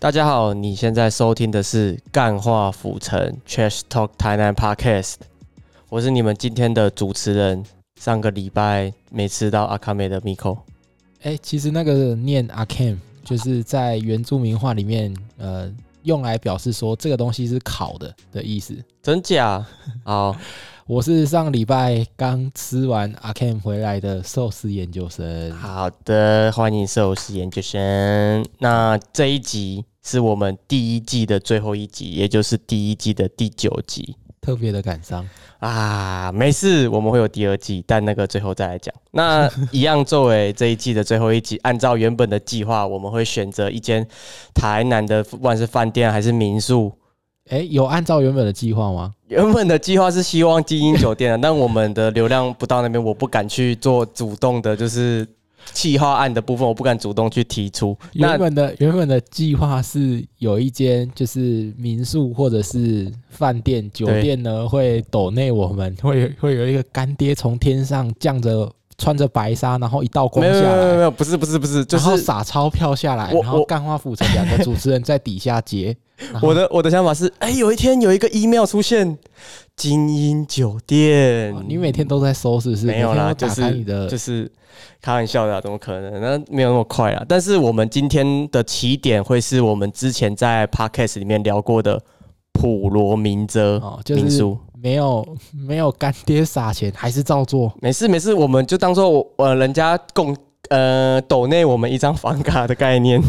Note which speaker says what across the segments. Speaker 1: 大家好，你现在收听的是《干话府城 Trash Talk 台南 Podcast》，我是你们今天的主持人。上个礼拜没吃到阿卡美的 Miko，
Speaker 2: 哎、其实那个念 Arkham 就是在原住民话里面，呃，用来表示说这个东西是烤的的意思。
Speaker 1: 真假？好，
Speaker 2: 我是上礼拜刚吃完 Arkham 回来的寿司研究生。
Speaker 1: 好的，欢迎寿司研究生。那这一集是我们第一季的最后一集，也就是第一季的第九集。
Speaker 2: 特别的感伤。
Speaker 1: 啊，没事，我们会有第二季，但那个最后再来讲。那一 样作为这一季的最后一集，按照原本的计划，我们会选择一间台南的，不管是饭店还是民宿。
Speaker 2: 哎、有按照原本的计划吗？
Speaker 1: 原本的计划是希望精英酒店 的，但我们的流量不到那边，我不敢去做主动的，就是企划案的部分，我不敢主动去提出。那
Speaker 2: 原本的原本的计划是有一间就是民宿或者是饭店酒店呢会抖内我们会有会有一个干爹从天上降着穿着白纱，然后一道光
Speaker 1: 没有没
Speaker 2: 下
Speaker 1: 有没有
Speaker 2: 来
Speaker 1: 没，有，不是不是不是，就
Speaker 2: 然后
Speaker 1: 是
Speaker 2: 撒钞票下来，
Speaker 1: 我
Speaker 2: 然后
Speaker 1: 我
Speaker 2: 干花府城两个主持人在底下 接。然后
Speaker 1: 我的我的想法是，哎、有一天有一个 email 出现精英酒店
Speaker 2: 哦，你每天都在收，是不是？
Speaker 1: 没有啦，
Speaker 2: 每天都
Speaker 1: 就
Speaker 2: 打开
Speaker 1: 是
Speaker 2: 你的
Speaker 1: 就是开玩笑的、啊，怎么可能？那没有那么快啊。但是我们今天的起点会是我们之前在 podcast 里面聊过的普罗民遮
Speaker 2: 哦，就
Speaker 1: 民
Speaker 2: 是
Speaker 1: 宿。
Speaker 2: 没有没有干爹撒钱，还是照做。
Speaker 1: 没事没事，我们就当做我呃人家共呃抖内我们一张房卡的概 念。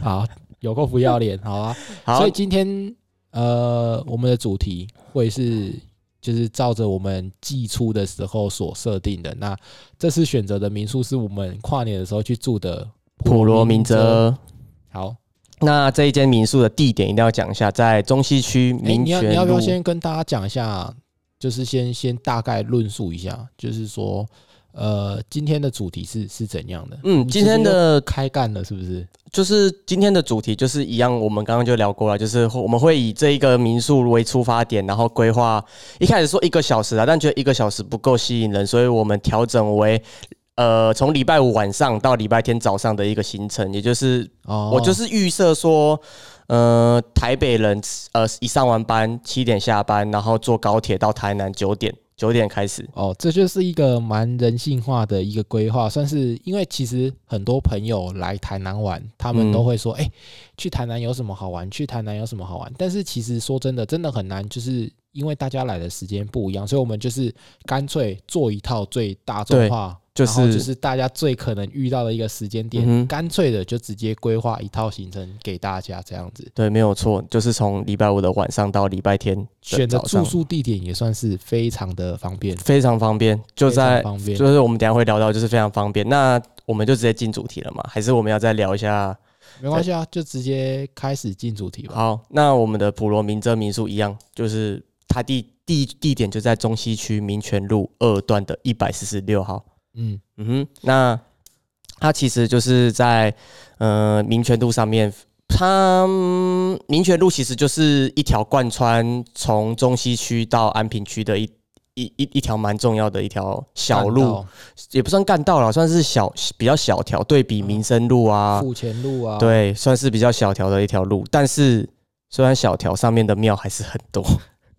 Speaker 2: 好，有够不要脸，好啊！
Speaker 1: 好
Speaker 2: 所以，今天呃，我们的主题会是就是照着我们季初的时候所设定的。那这次选择的民宿是我们跨年的时候去住的
Speaker 1: 普罗民
Speaker 2: 遮。
Speaker 1: 遮。
Speaker 2: 好，
Speaker 1: 那这一间民宿的地点一定要讲一下，在中西区
Speaker 2: 哎，
Speaker 1: 民
Speaker 2: 你要你要
Speaker 1: 权
Speaker 2: 不
Speaker 1: 路
Speaker 2: 要。先跟大家讲一下，就是先先大概论述一下，就是说，呃，今天的主题是是怎样的？
Speaker 1: 嗯，
Speaker 2: 你
Speaker 1: 今天
Speaker 2: 是不是
Speaker 1: 的
Speaker 2: 又开干了是不是？
Speaker 1: 就是今天的主题就是一样，我们刚刚就聊过了，就是我们会以这一个民宿为出发点，然后规划。一开始说一个小时啊，但觉得一个小时不够吸引人，所以我们调整为。呃，从礼拜五晚上到礼拜天早上的一个行程，也就是
Speaker 2: 哦，
Speaker 1: 我就是预设说，呃，台北人呃一上完班七点下班，然后坐高铁到台南九点，九点开始。
Speaker 2: 哦，这就是一个蛮人性化的一个规划，算是因为其实很多朋友来台南玩，他们
Speaker 1: 嗯
Speaker 2: 都会说，哎、去台南有什么好玩？去台南有什么好玩？但是其实说真的，真的很难，就是因为大家来的时间不一样，所以我们就是干脆做一套最大众
Speaker 1: 对
Speaker 2: 化，
Speaker 1: 就
Speaker 2: 然后
Speaker 1: 是
Speaker 2: 就是大家最可能遇到的一个时间点，
Speaker 1: 嗯哼
Speaker 2: 干脆的就直接规划一套行程给大家这样子。
Speaker 1: 对，没有错，就是从礼拜五的晚上到礼拜天
Speaker 2: 选择
Speaker 1: 的早
Speaker 2: 住
Speaker 1: 上，
Speaker 2: 宿地点也算是非常的方便，
Speaker 1: 非常方便，就
Speaker 2: 非常
Speaker 1: 在
Speaker 2: 方便。
Speaker 1: 就是我们等一下会聊到，就是非常方便。那我们就直接进主题了嘛？还是我们要再聊一下？
Speaker 2: 没关系啊，就直接开始进主题吧。
Speaker 1: 好，那我们的普罗民遮民宿一样，就是它地地地点就在中西区民权路二段的一百四十六号。
Speaker 2: 嗯，
Speaker 1: 嗯哼，那它其实就是在呃民权路上面。它嗯民权路其实就是一条贯穿从中西区到安平区的一一一一条蛮重要的一条小
Speaker 2: 干
Speaker 1: 路，
Speaker 2: 道、
Speaker 1: 也不算干道了，算是小比较小条，对比民生路啊，
Speaker 2: 富前路啊，，
Speaker 1: 对，算是比较小条的一条路。但是虽然小条上面的庙还是很多，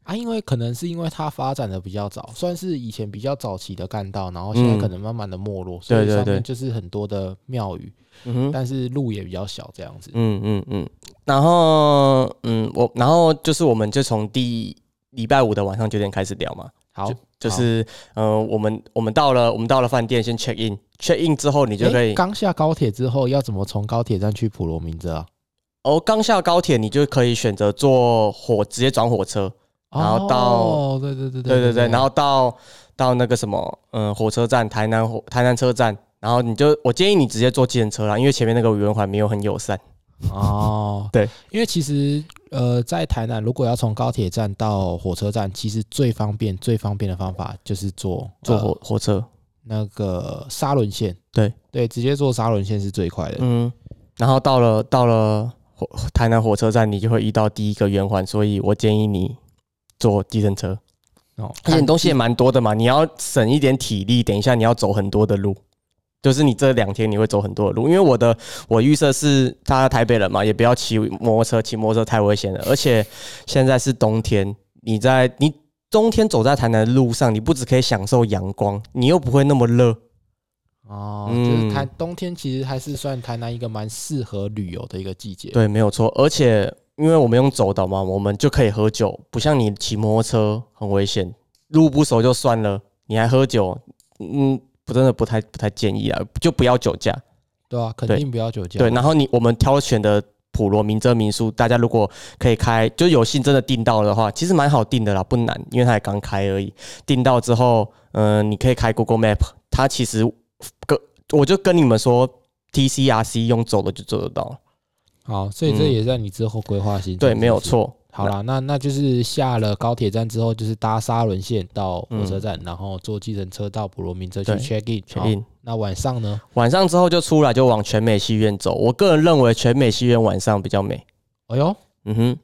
Speaker 2: 啊，因为可能是因为它发展的比较早，算是以前比较早期的干道，然后现在
Speaker 1: 嗯
Speaker 2: 可能慢慢的没落，所以
Speaker 1: 对对
Speaker 2: 上
Speaker 1: 对
Speaker 2: 面就是很多的庙宇，
Speaker 1: 嗯哼，
Speaker 2: 但是路也比较小这样子。
Speaker 1: 嗯嗯嗯，然后嗯我然后就是我们就从第礼拜五的晚上九点开始聊嘛，
Speaker 2: 好，
Speaker 1: 就是呃我们我们到了我们到了饭店先 check in，check in 之后你就
Speaker 2: 诶
Speaker 1: 可以、
Speaker 2: 刚下高铁之后要怎么从高铁站去普罗民遮啊？
Speaker 1: 哦刚下高铁你就可以选择坐火直接转火车，然后到
Speaker 2: 哦对对
Speaker 1: 对
Speaker 2: 对
Speaker 1: 对
Speaker 2: 对
Speaker 1: 对，然后到到那个什么，嗯，火车站，台南火台南车站，然后你就我建议你直接坐计程车啦，因为前面那个圆环没有很友
Speaker 2: 嗯
Speaker 1: 善。
Speaker 2: 哦，
Speaker 1: 对，
Speaker 2: 因为其实呃，在台南如果要从高铁站到火车站，其实最方便、最方便的方法就是坐
Speaker 1: 坐
Speaker 2: 呃
Speaker 1: 火火车，
Speaker 2: 那个沙轮线。
Speaker 1: 对
Speaker 2: 对，直接坐沙轮线是最快的。
Speaker 1: 嗯，然后到了到了火台南火车站，你就会遇到第一个圆环，所以我建议你坐计程车，
Speaker 2: 哦，
Speaker 1: 嗯而且
Speaker 2: 看
Speaker 1: 东西也蛮多的嘛，你要省一点体力，等一下你要走很多的路。就是你这两天你会走很多的路，因为我的我预设是大家台北人嘛，也不要骑摩托车，骑摩托车太危险了，而且现在是冬天，你在你冬天走在台南的路上，你不只可以享受阳光，你又不会那么热。
Speaker 2: 哦，
Speaker 1: 嗯
Speaker 2: 就是台冬天其实还是算台南一个蛮适合旅游的一个季节。
Speaker 1: 对，没有错。而且因为我们用走的嘛，我们就可以喝酒，不像你骑摩托车很危险，路不熟就算了，你还喝酒，嗯，不真的不太不太建议啊，就不要酒驾。
Speaker 2: 对啊，肯定不要酒驾。
Speaker 1: 对，然后你我们挑选的普罗民遮民宿，大家如果可以开，就有幸真的订到的话，其实蛮好订的啦，不难，因为它也刚开而已。订到之后，嗯、你可以开 Google Map，它其实跟我就跟你们说，TCRC 用走的就做得到了。
Speaker 2: 好，哦所以这也在你之后规划
Speaker 1: 嗯
Speaker 2: 行程、
Speaker 1: 对，没有。错。
Speaker 2: 好啦，那那就是下了高铁站之后，就是搭沙仑线到火车站，然后坐计程车到普罗民遮去
Speaker 1: 嗯对
Speaker 2: check in。
Speaker 1: 确定。
Speaker 2: 那晚上呢？
Speaker 1: 晚上之后就出来，就往全美戏院走。我个人认为全美戏院晚上比较美。
Speaker 2: 哎呦，
Speaker 1: 嗯哼，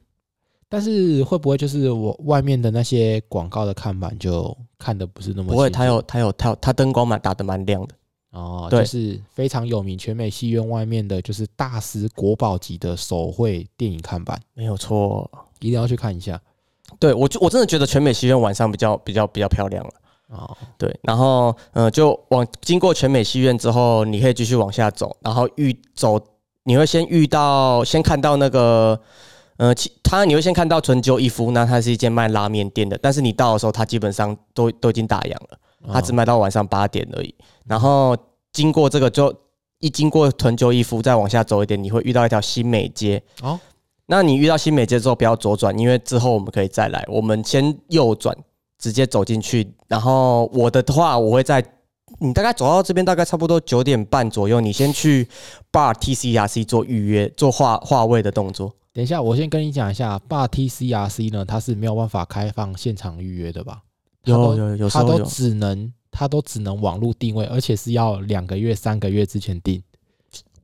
Speaker 2: 但是会不会就是我外面的那些广告的看板就看的不是那么
Speaker 1: 不会，
Speaker 2: 清楚
Speaker 1: 它有它有它有它灯光蛮打的蛮亮的。
Speaker 2: 哦，
Speaker 1: 对
Speaker 2: 就是非常有名全美戏院外面的就是大师国宝级的手绘电影看板，
Speaker 1: 没有错，
Speaker 2: 一定要去看一下
Speaker 1: 对我就我真的觉得全美戏院晚上比较比较比较漂亮了。
Speaker 2: 哦。
Speaker 1: 对，然后嗯、呃就往经过全美戏院之后，你可以继续往下走，然后遇走你会先遇到，先看到那个。呃，其它你会先看到纯鸠一夫，那它是一间卖拉面店的，但是你到的时候，它基本上都都已经打烊了。 他只
Speaker 2: 哦
Speaker 1: 卖到晚上八点而已。然后经过这个就一经过屯旧一夫，再往下走一点，你会遇到一条新美街。
Speaker 2: 哦
Speaker 1: 那你遇到新美街之后，不要左转，因为之后我们可以再来。我们先右转，直接走进去。然后我的话，我会在你大概走到这边，大概差不多九点半左右，你先去 bar TCRC 做预约、做划划位的动作。
Speaker 2: 等一下，我先跟你讲一下，霸 T C R C 呢，它是没有办法开放现场预约的吧？它都
Speaker 1: 有有
Speaker 2: 它都只能它都只能网络定位，而且是要两个月、三个月之前定。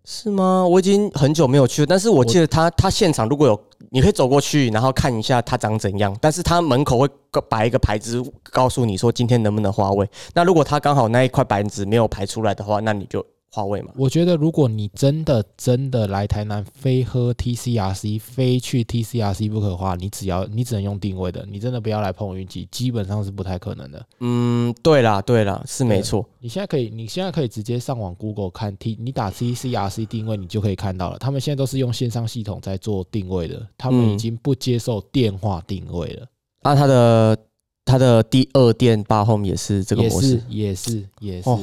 Speaker 1: 是吗？我已经很久没有去了，但是我记得他他现场如果有，你可以走过去，然后看一下他长怎样。但是他门口会摆一个牌子，告诉你说今天能不能花位。那如果他刚好那一块板子没有排出来的话，那你就花位嘛。
Speaker 2: 我觉得，如果你真的真的来台南，非喝 T C R C，非去 T C R C 不可的话，你只要你只能用定位的，你真的不要来碰运气，基本上是不太可能的。
Speaker 1: 嗯，对啦，对啦，是没
Speaker 2: 对啊
Speaker 1: 错。
Speaker 2: 你现在可以，你现在可以直接上网 Google 看 T，你打 T C R C 定位，你就可以看到了。他们现在都是用线上系统在做定位的，他们
Speaker 1: 嗯
Speaker 2: 已经不接受电话定位了。
Speaker 1: 那啊他的他的第二店八 home 也是这个
Speaker 2: 也
Speaker 1: 模式
Speaker 2: 是，也是也是、
Speaker 1: 哦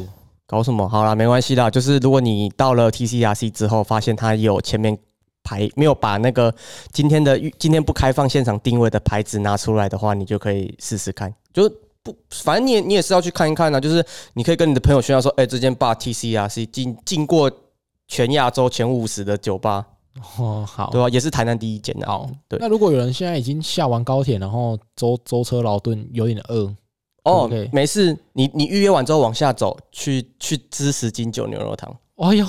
Speaker 1: 搞什么？好啦，没关系啦。就是如果你到了 TCRC 之后，发现它有前面牌没有把那个今天的今天不开放现场定位的牌子拿出来的话，你就可以试试看。就不，反正你也你也是要去看一看啊。就是你可以跟你的朋友炫耀说，哎、这间 bar TCRC 进进过全亚洲前五十的酒吧，
Speaker 2: 哦，好
Speaker 1: 对吧、也是台南第一间的、啊。
Speaker 2: 好。
Speaker 1: 对
Speaker 2: 那如果有人现在已经下完高铁，然后舟舟车劳顿，有点饿，
Speaker 1: 哦
Speaker 2: OK
Speaker 1: 没事，你你预约完之后往下走，去去支持金酒牛肉汤。
Speaker 2: 哎呦，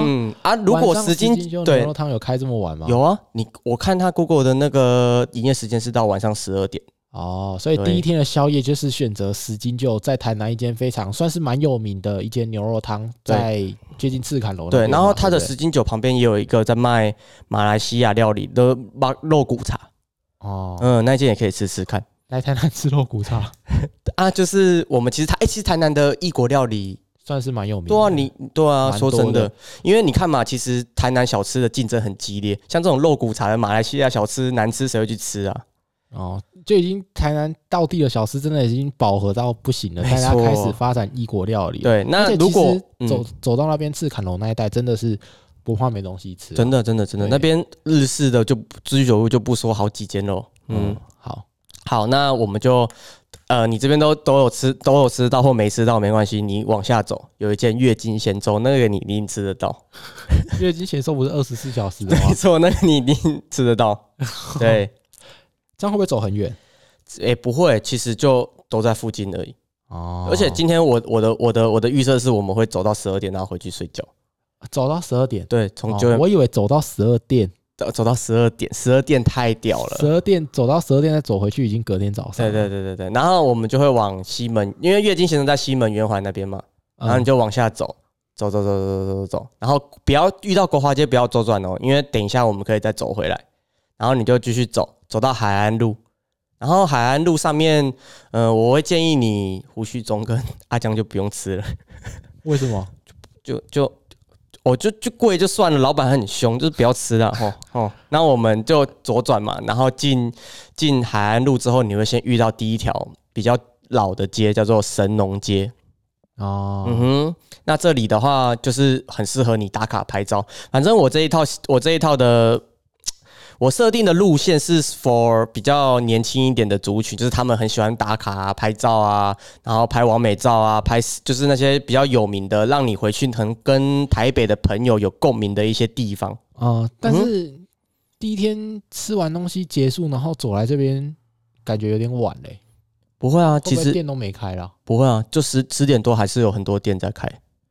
Speaker 1: 嗯啊，如果
Speaker 2: 晚上
Speaker 1: 十斤
Speaker 2: 就牛
Speaker 1: 对
Speaker 2: 肉汤有开这么晚吗？
Speaker 1: 有啊，你我看他 Google 的那个营业时间是到晚上十二点。
Speaker 2: 哦，所以第一
Speaker 1: 对
Speaker 2: 天的宵夜就是选择十金就在台南一间非常算是蛮有名的一间牛肉汤，在接近赤坎楼那
Speaker 1: 对，
Speaker 2: 边嘛
Speaker 1: 然后他的
Speaker 2: 对不对
Speaker 1: 十斤酒旁边也有一个在卖马来西亚料理的马肉骨茶，
Speaker 2: 哦，
Speaker 1: 嗯，那间也可以吃吃看
Speaker 2: 来台南吃肉骨茶
Speaker 1: 啊。就是我们其实台，哎、其实台南的异国料理，
Speaker 2: 算是蛮有名的。
Speaker 1: 对啊，你对啊，
Speaker 2: 哦蛮
Speaker 1: 说真
Speaker 2: 多
Speaker 1: 的
Speaker 2: 的，
Speaker 1: 因为你看嘛，其实台南小吃的竞争很激烈，像这种肉骨茶的马来西亚小吃难吃，谁会去吃啊？
Speaker 2: 哦，就已经台南道地的小吃真的已经饱和到不行了，
Speaker 1: 没
Speaker 2: 大家
Speaker 1: 错
Speaker 2: 开始发展异国料理了。
Speaker 1: 对，
Speaker 2: 而
Speaker 1: 那
Speaker 2: 且
Speaker 1: 如
Speaker 2: 其
Speaker 1: 果
Speaker 2: 实
Speaker 1: 嗯
Speaker 2: 走、走到那边赤坎楼那一带，真的是不怕没东西吃啊。
Speaker 1: 真的真的真的，
Speaker 2: 对
Speaker 1: 那边日式的就居酒屋就不说好几间喽，嗯
Speaker 2: 嗯，好，
Speaker 1: 好，那我们就，呃，你这边都都有吃，都有吃到或没吃到没关系，你往下走，有一间月经咸粥，那个你一定吃得到，
Speaker 2: 月经前收不是二十四小时的吗
Speaker 1: 没？错，那个你一定吃得到。对，
Speaker 2: 这样会不会走很远？
Speaker 1: 也、不会，其实就都在附近而已。
Speaker 2: 哦
Speaker 1: 而且今天我我的我的我的预设是我们会走到十二点，然后回去睡觉。
Speaker 2: 啊走到十二点，
Speaker 1: 对，从
Speaker 2: 哦
Speaker 1: 九点、
Speaker 2: 我以为走到十二点，
Speaker 1: 走走到十二点，十二点太屌了
Speaker 2: 十。二点走到十二点再走回去，已经隔天早上
Speaker 1: 对
Speaker 2: 了。
Speaker 1: 对对对对，然后我们就会往西门，因为月经先生在西门圆环那边嘛，然后你
Speaker 2: 嗯
Speaker 1: 就往下走，走走走走走走走，然后不要遇到国华街不要左转哦，因为等一下我们可以再走回来，然后你就继续走，走到海岸路，然后海岸路上面，呃，我会建议你胡须中跟阿江就不用吃了，
Speaker 2: 为什么？
Speaker 1: 就就。我就就贵就算了，老板很凶，就是不要吃了哦哦。那我们就左转嘛，然后进进海岸路之后，你会先遇到第一条比较老的街，叫做神农街。
Speaker 2: 哦，
Speaker 1: 嗯哼，那这里的话就是很适合你打卡拍照。反正我这一套，我这一套的，我设定的路线是 for 比较年轻一点的族群，就是他们很喜欢打卡、啊、拍照啊，然后拍完美照啊，拍就是那些比较有名的，让你回去能跟台北的朋友有共鸣的一些地方。
Speaker 2: 哦，但
Speaker 1: 嗯
Speaker 2: 是第一天吃完东西结束，然后走来这边，感觉有点晚嘞、
Speaker 1: 不会啊，
Speaker 2: 会
Speaker 1: 其
Speaker 2: 不会
Speaker 1: 实
Speaker 2: 店都没开了。
Speaker 1: 不会啊，就十十点多还是有很多店在开，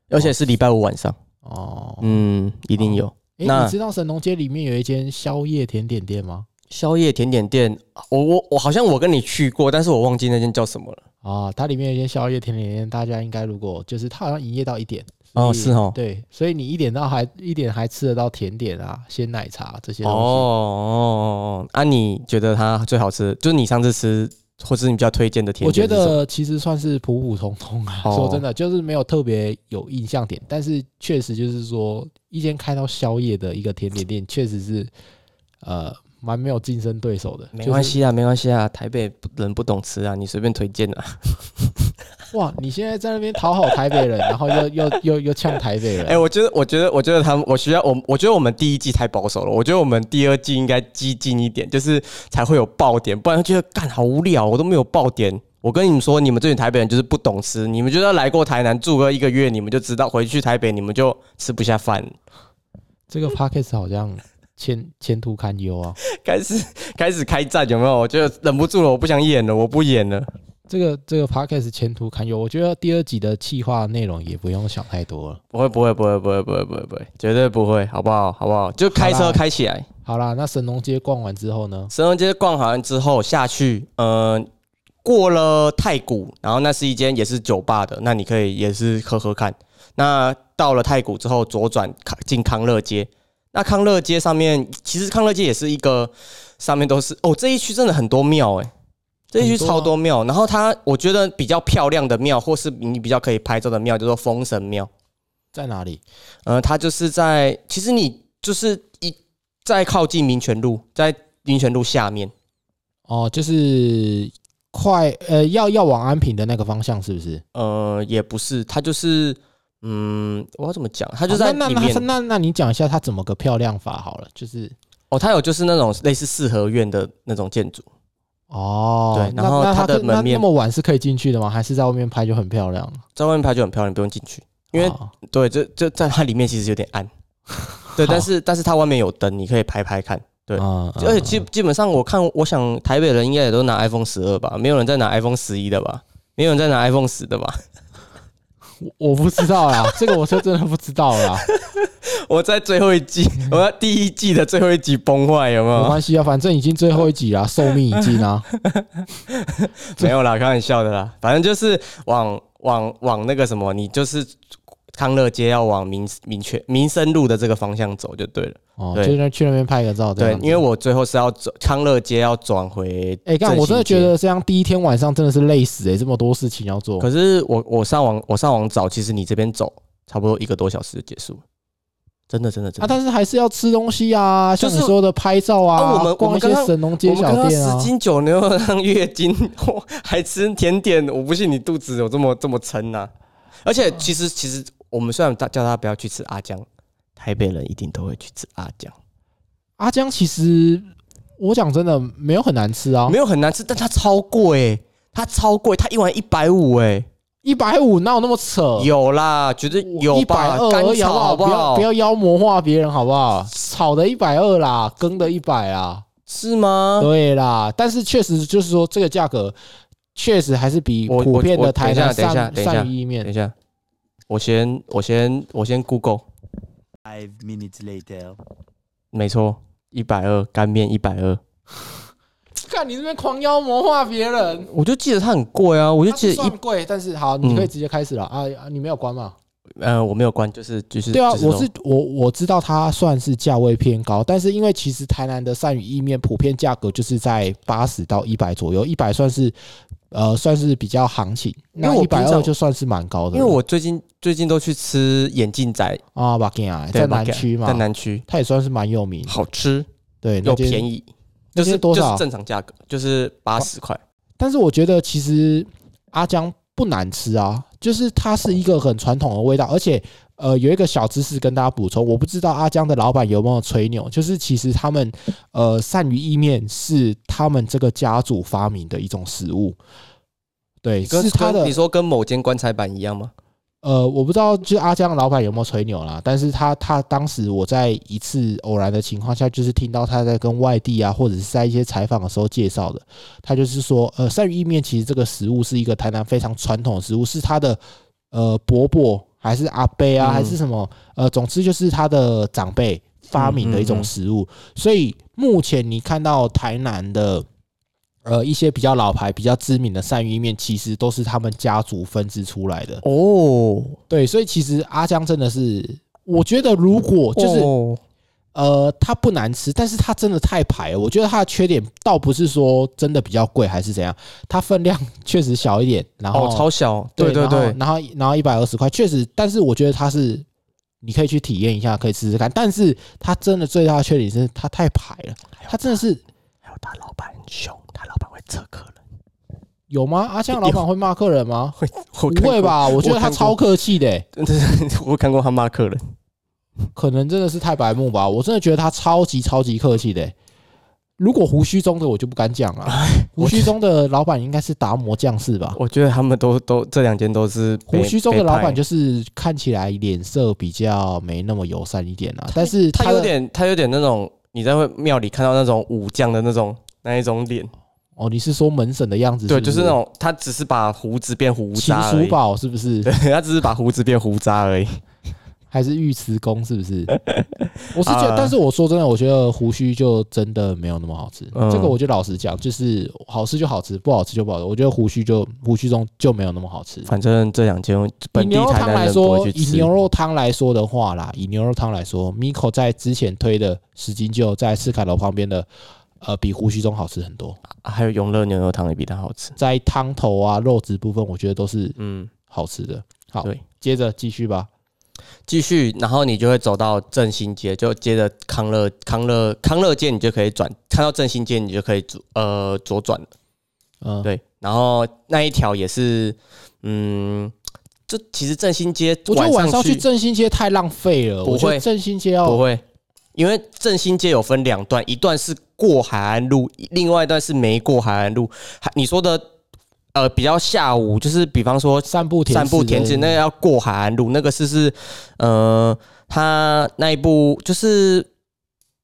Speaker 1: 而且是礼拜五晚上，
Speaker 2: 哦，
Speaker 1: 嗯，一定有。
Speaker 2: 诶
Speaker 1: 那
Speaker 2: 你知道神农街里面有一间宵夜甜点店吗？
Speaker 1: 宵夜甜点店，我我我好像我跟你去过，但是我忘记那间叫什么了。
Speaker 2: 啊，它里面有一间宵夜甜点店，大家应该如果就是它好像营业到一点
Speaker 1: 哦
Speaker 2: 所以
Speaker 1: 是哦
Speaker 2: 对，所以你一点到还一点还吃得到甜点啊、鲜奶茶这些
Speaker 1: 哦
Speaker 2: 东西。
Speaker 1: 哦哦，啊，你觉得它最好吃？就是你上次吃，或是你比较推荐的甜
Speaker 2: 我
Speaker 1: 点
Speaker 2: 觉
Speaker 1: 是什么？
Speaker 2: 得其实算是普普通通啊，
Speaker 1: 哦
Speaker 2: 说真的，就是没有特别有印象点，但是确实就是说，一间开到宵夜的一个甜点店，确实是呃蛮没有竞争对手的。
Speaker 1: 没关、系啊，没关系啊，台北不人不懂吃啊，你随便推荐啊。
Speaker 2: 就是，哇！你现在在那边讨好台北人，然后又又又又呛台北人，
Speaker 1: 哎、我觉得，我觉得，我觉得他们，我需要，我我觉得我们第一季太保守了，我觉得我们第二季应该激进一点，就是才会有爆点，不然觉得干好无聊，我都没有爆点。我跟你们说，你们这群台北人就是不懂吃，你们就要来过台南住个一个月，你们就知道，回去台北你们就吃不下饭。
Speaker 2: 这个 p o c k e t 好像前前途堪忧啊。
Speaker 1: 开始开始开战有没有？我觉得忍不住了，我不想演了，我不演了。
Speaker 2: 这个这个 podcast 前途堪忧，我觉得第二集的企划内容也不用想太多了。
Speaker 1: 不会不会不会不会不会不会不会，绝对不会，好不好？好不好？就开
Speaker 2: 好
Speaker 1: 车
Speaker 2: 啦
Speaker 1: 开起来，
Speaker 2: 好啦，那神农街逛完之后呢？
Speaker 1: 神农街逛好完之后下去，呃，过了太古，然后那是一间也是酒吧的，那你可以也是喝喝看。那到了太古之后，左转康进康乐街。那康乐街上面，其实康乐街也是一个上面都是哦，这一区真的很多庙哎、这一区
Speaker 2: 很多啊
Speaker 1: 超多庙。然后它，我觉得比较漂亮的庙，或是你比较可以拍照的庙，叫做封神庙。
Speaker 2: 在哪里？
Speaker 1: 呃，它就是在，其实你就是一在靠近民权路，在民权路下面。
Speaker 2: 哦，就是快呃，要要往安平的那个方向，是不是？
Speaker 1: 呃，也不是，它就是，嗯，我要怎么讲？它
Speaker 2: 他
Speaker 1: 就在
Speaker 2: 哦那
Speaker 1: 里
Speaker 2: 那那
Speaker 1: 面
Speaker 2: 那那你讲一下它怎么个漂亮法好了，就是
Speaker 1: 哦，它有就是那种类似四合院的那种建筑，
Speaker 2: 哦，
Speaker 1: 对
Speaker 2: 那
Speaker 1: 然后
Speaker 2: 那
Speaker 1: 它的
Speaker 2: 可那
Speaker 1: 门面
Speaker 2: 那么晚是可以进去的吗？还是在外面拍就很漂亮？
Speaker 1: 在外面拍就很漂亮，不用进去。因为
Speaker 2: 哦
Speaker 1: 对，这这在它里面其实有点 暗，对，但是但是它外面有灯，你可以拍拍看。对
Speaker 2: 嗯
Speaker 1: 而且
Speaker 2: 嗯
Speaker 1: 基基本上我看，我想台北人应该也都拿 iPhone 十二吧，没有人在拿 iPhone 十一的吧，没有人在拿 iPhone 十的吧。
Speaker 2: 我我不知道啦，这个我说真的不知道啦，
Speaker 1: 我在最后一 季，我在第一季的最后一集崩坏，有没
Speaker 2: 没
Speaker 1: 有？
Speaker 2: 关系啊，反正已经最后一集 啦，寿命已尽啊。
Speaker 1: 没有啦，开玩笑的啦。反正就是往往往那个什么，你就是康乐街要往民民权民生路的这个方向走就对了。
Speaker 2: 哦，
Speaker 1: 对
Speaker 2: 就是去那边拍个照这
Speaker 1: 对
Speaker 2: 样，子。
Speaker 1: 因为我最后是要走康乐街，要转回。
Speaker 2: 哎，干、我真的觉。得这样第一天晚上真的是累死哎、这么多事情要做
Speaker 1: 可是我我上网我上网找，其实你这边走差不多一个多小时就结束了，真的真的真
Speaker 2: 啊，
Speaker 1: 的。
Speaker 2: 但是还是要吃东西啊，
Speaker 1: 就
Speaker 2: 像
Speaker 1: 是
Speaker 2: 你说的拍照啊，
Speaker 1: 啊我们我
Speaker 2: 逛
Speaker 1: 们
Speaker 2: 一些
Speaker 1: 刚刚
Speaker 2: 神农
Speaker 1: 我
Speaker 2: 街
Speaker 1: 们刚
Speaker 2: 小
Speaker 1: 刚
Speaker 2: 店
Speaker 1: 十
Speaker 2: 啊。
Speaker 1: 斤酒牛肉汤月经，还吃甜点，我不信你肚子有这么这么撑呐、而且其实其实我们虽然大叫他不要去吃阿江，台北人一定都会去吃阿江，
Speaker 2: 阿江啊其实我讲真的没有很难吃啊
Speaker 1: 没，有很难吃，但它超贵、欸，它超贵，它一碗一百五哎，
Speaker 2: 一百五哪有那么扯？
Speaker 1: 有啦，绝对有
Speaker 2: 哦一百
Speaker 1: 吧，
Speaker 2: 二
Speaker 1: 干
Speaker 2: 而已
Speaker 1: 炒
Speaker 2: 好
Speaker 1: 好
Speaker 2: 不要
Speaker 1: 好
Speaker 2: 不？要妖魔化别人好不好？炒的一百二啦，羹的一百啦，
Speaker 1: 是吗？
Speaker 2: 对啦。但是确实就是说这个价格确实还是比
Speaker 1: 我
Speaker 2: 普遍
Speaker 1: 我
Speaker 2: 的
Speaker 1: 我
Speaker 2: 台
Speaker 1: 等
Speaker 2: 南
Speaker 1: 一下等一下
Speaker 2: 鳝
Speaker 1: 等一下
Speaker 2: 鳝鱼意
Speaker 1: 等
Speaker 2: 面
Speaker 1: 一下，我先我先我先 Google，
Speaker 3: Five minutes later.
Speaker 1: 没错，一百二干面一百二，
Speaker 2: 看你这边狂妖魔化别人，
Speaker 1: 我就记得它很贵啊，我就
Speaker 2: 它
Speaker 1: 记
Speaker 2: 是
Speaker 1: 得一嗯
Speaker 2: 算贵，但是好，你可以直接开始了、啊啊！你没有关嘛？
Speaker 1: 呃，我没有关，就是就是
Speaker 2: 对啊，
Speaker 1: 就是
Speaker 2: 我
Speaker 1: 那
Speaker 2: 是
Speaker 1: 种
Speaker 2: 我我知道它算是价位偏高，但是因为其实台南的鳝鱼意面普遍价格就是在八十到一百左右，一百算是呃算是比较行情，
Speaker 1: 因
Speaker 2: 那
Speaker 1: 为我
Speaker 2: 一百
Speaker 1: 平
Speaker 2: 二
Speaker 1: 常
Speaker 2: 就算是蛮高的
Speaker 1: 因
Speaker 2: 了。
Speaker 1: 为我最近最近都去吃眼镜仔，
Speaker 2: 啊，巴金啊，
Speaker 1: 对
Speaker 2: 在南
Speaker 1: Bakken，
Speaker 2: 区嘛
Speaker 1: 在，南区
Speaker 2: 它也算是蛮有名的，
Speaker 1: 好吃
Speaker 2: 对，
Speaker 1: 又
Speaker 2: 宜。
Speaker 1: 便宜，
Speaker 2: 那
Speaker 1: 就
Speaker 2: 间
Speaker 1: 是
Speaker 2: 多
Speaker 1: 就
Speaker 2: 少哦
Speaker 1: 是正常价格，就是八十块。
Speaker 2: 但是我觉得其实阿江不难吃啊，就是它是一个很传统的味道，而且呃有一个小知识跟大家补充，我不知道阿江的老板有没有吹牛，就是其实他们呃鳝鱼意面是他们这个家族发明的一种食物，对，
Speaker 1: 跟
Speaker 2: 是他
Speaker 1: 跟
Speaker 2: 的
Speaker 1: 你说跟某间棺材板一样吗？
Speaker 2: 呃，我不知道，就是阿江老板有没有吹牛啦？但是他他当时我在一次偶然的情况下，就是听到他在跟外地啊，或者是在一些采访的时候介绍的，他就是说，呃，鳝鱼意面其实这个食物是一个台南非常传统的食物，是他的呃伯伯还是阿伯啊，
Speaker 1: 嗯
Speaker 2: 还是什么呃，总之就是他的长辈发明的一
Speaker 1: 嗯嗯
Speaker 2: 种
Speaker 1: 嗯
Speaker 2: 食物，所以目前你看到台南的。呃，一些比较老牌、比较知名的鳝鱼意面，其实都是他们家族分支出来的。
Speaker 1: 哦，
Speaker 2: 对，所以其实阿江真的是，我觉得如果就是、
Speaker 1: 哦
Speaker 2: 呃，它不难吃，但是它真的太排了。我觉得它的缺点倒不是说真的比较贵还是怎样，它分量 确实小一点，然后、
Speaker 1: 哦，超小，对
Speaker 2: 对
Speaker 1: 对对，
Speaker 2: 然后然后然后一百二十块，确实，但是我觉得它是你可以去体验一下，可以试试看。但是它真的最大的缺点是它太排了，
Speaker 1: 哎
Speaker 2: 它真的是
Speaker 1: 还有他老板很凶，他老板会测客人，
Speaker 2: 有吗？阿江老板会骂客人吗？
Speaker 1: 会我
Speaker 2: 不
Speaker 1: 看过？
Speaker 2: 会吧？我觉得他
Speaker 1: 看过
Speaker 2: 超客气的欸、
Speaker 1: 我看过他骂客人，
Speaker 2: 可能真的是太白目吧，我真的觉得他超级超级客气的欸、如果胡须中的我就不敢讲了，
Speaker 1: 哎
Speaker 2: 胡须中的老板应该是达摩将士吧？
Speaker 1: 我觉得他们都都这两间都是
Speaker 2: 胡须中
Speaker 1: 中
Speaker 2: 的老板就是看起来脸色比较没那么友善一点啊，但是
Speaker 1: 他有
Speaker 2: 的
Speaker 1: 点他有点那种你在会庙里看到那种武将的那种那一种脸，
Speaker 2: 哦，你是说门神的样子
Speaker 1: 对，
Speaker 2: 不
Speaker 1: 就是那种他只是把胡子变胡
Speaker 2: 秦
Speaker 1: 渣而
Speaker 2: 叔
Speaker 1: 已，
Speaker 2: 宝是不是？
Speaker 1: 对， 他只是把胡子变胡渣而已。
Speaker 2: 还是尉迟恭是 不是？我是觉得，
Speaker 1: 啊
Speaker 2: 但是我说真的，我觉得胡须就真的没有那么好吃。
Speaker 1: 嗯
Speaker 2: 这个我就老实讲，就是好吃就好吃，不好吃就不好吃。我觉得胡须就胡须中就没有那么好吃。
Speaker 1: 反正这两间
Speaker 2: 以
Speaker 1: 本地
Speaker 2: 牛肉
Speaker 1: 台
Speaker 2: 汤
Speaker 1: 南
Speaker 2: 来
Speaker 1: 人不
Speaker 2: 说，
Speaker 1: 会去
Speaker 2: 以
Speaker 1: 吃
Speaker 2: 牛。肉汤来说的话啦，以牛肉汤来说，Miko 在之前推的十斤就在四凯楼旁边的，呃，比胡须中好吃很多。
Speaker 1: 啊还有永乐牛肉汤也比它好吃。
Speaker 2: 在汤头啊、肉质部分，我觉得都是
Speaker 1: 嗯，
Speaker 2: 好吃的。好
Speaker 1: 对，
Speaker 2: 接着继续吧。
Speaker 1: 继续，然后你就会走到振兴街，就接着康乐康乐康乐街，你就可以转，看到振兴街，你就可以左呃左转了。
Speaker 2: 嗯，
Speaker 1: 对，然后那一条也是，嗯，这其实振兴街
Speaker 2: 我觉得晚上
Speaker 1: 上
Speaker 2: 去振兴街太浪费了。
Speaker 1: 不
Speaker 2: 我觉得
Speaker 1: 会
Speaker 2: 振兴街要
Speaker 1: 不会，因为振兴街有分两段，一段是过海岸路，另外一段是没过海岸路。还你说的呃比较下午，就是比方说
Speaker 2: 散步田
Speaker 1: 散步
Speaker 2: 四
Speaker 1: 田
Speaker 2: 的
Speaker 1: 子，那个要过海岸路，那个是是呃，他那一部就是呃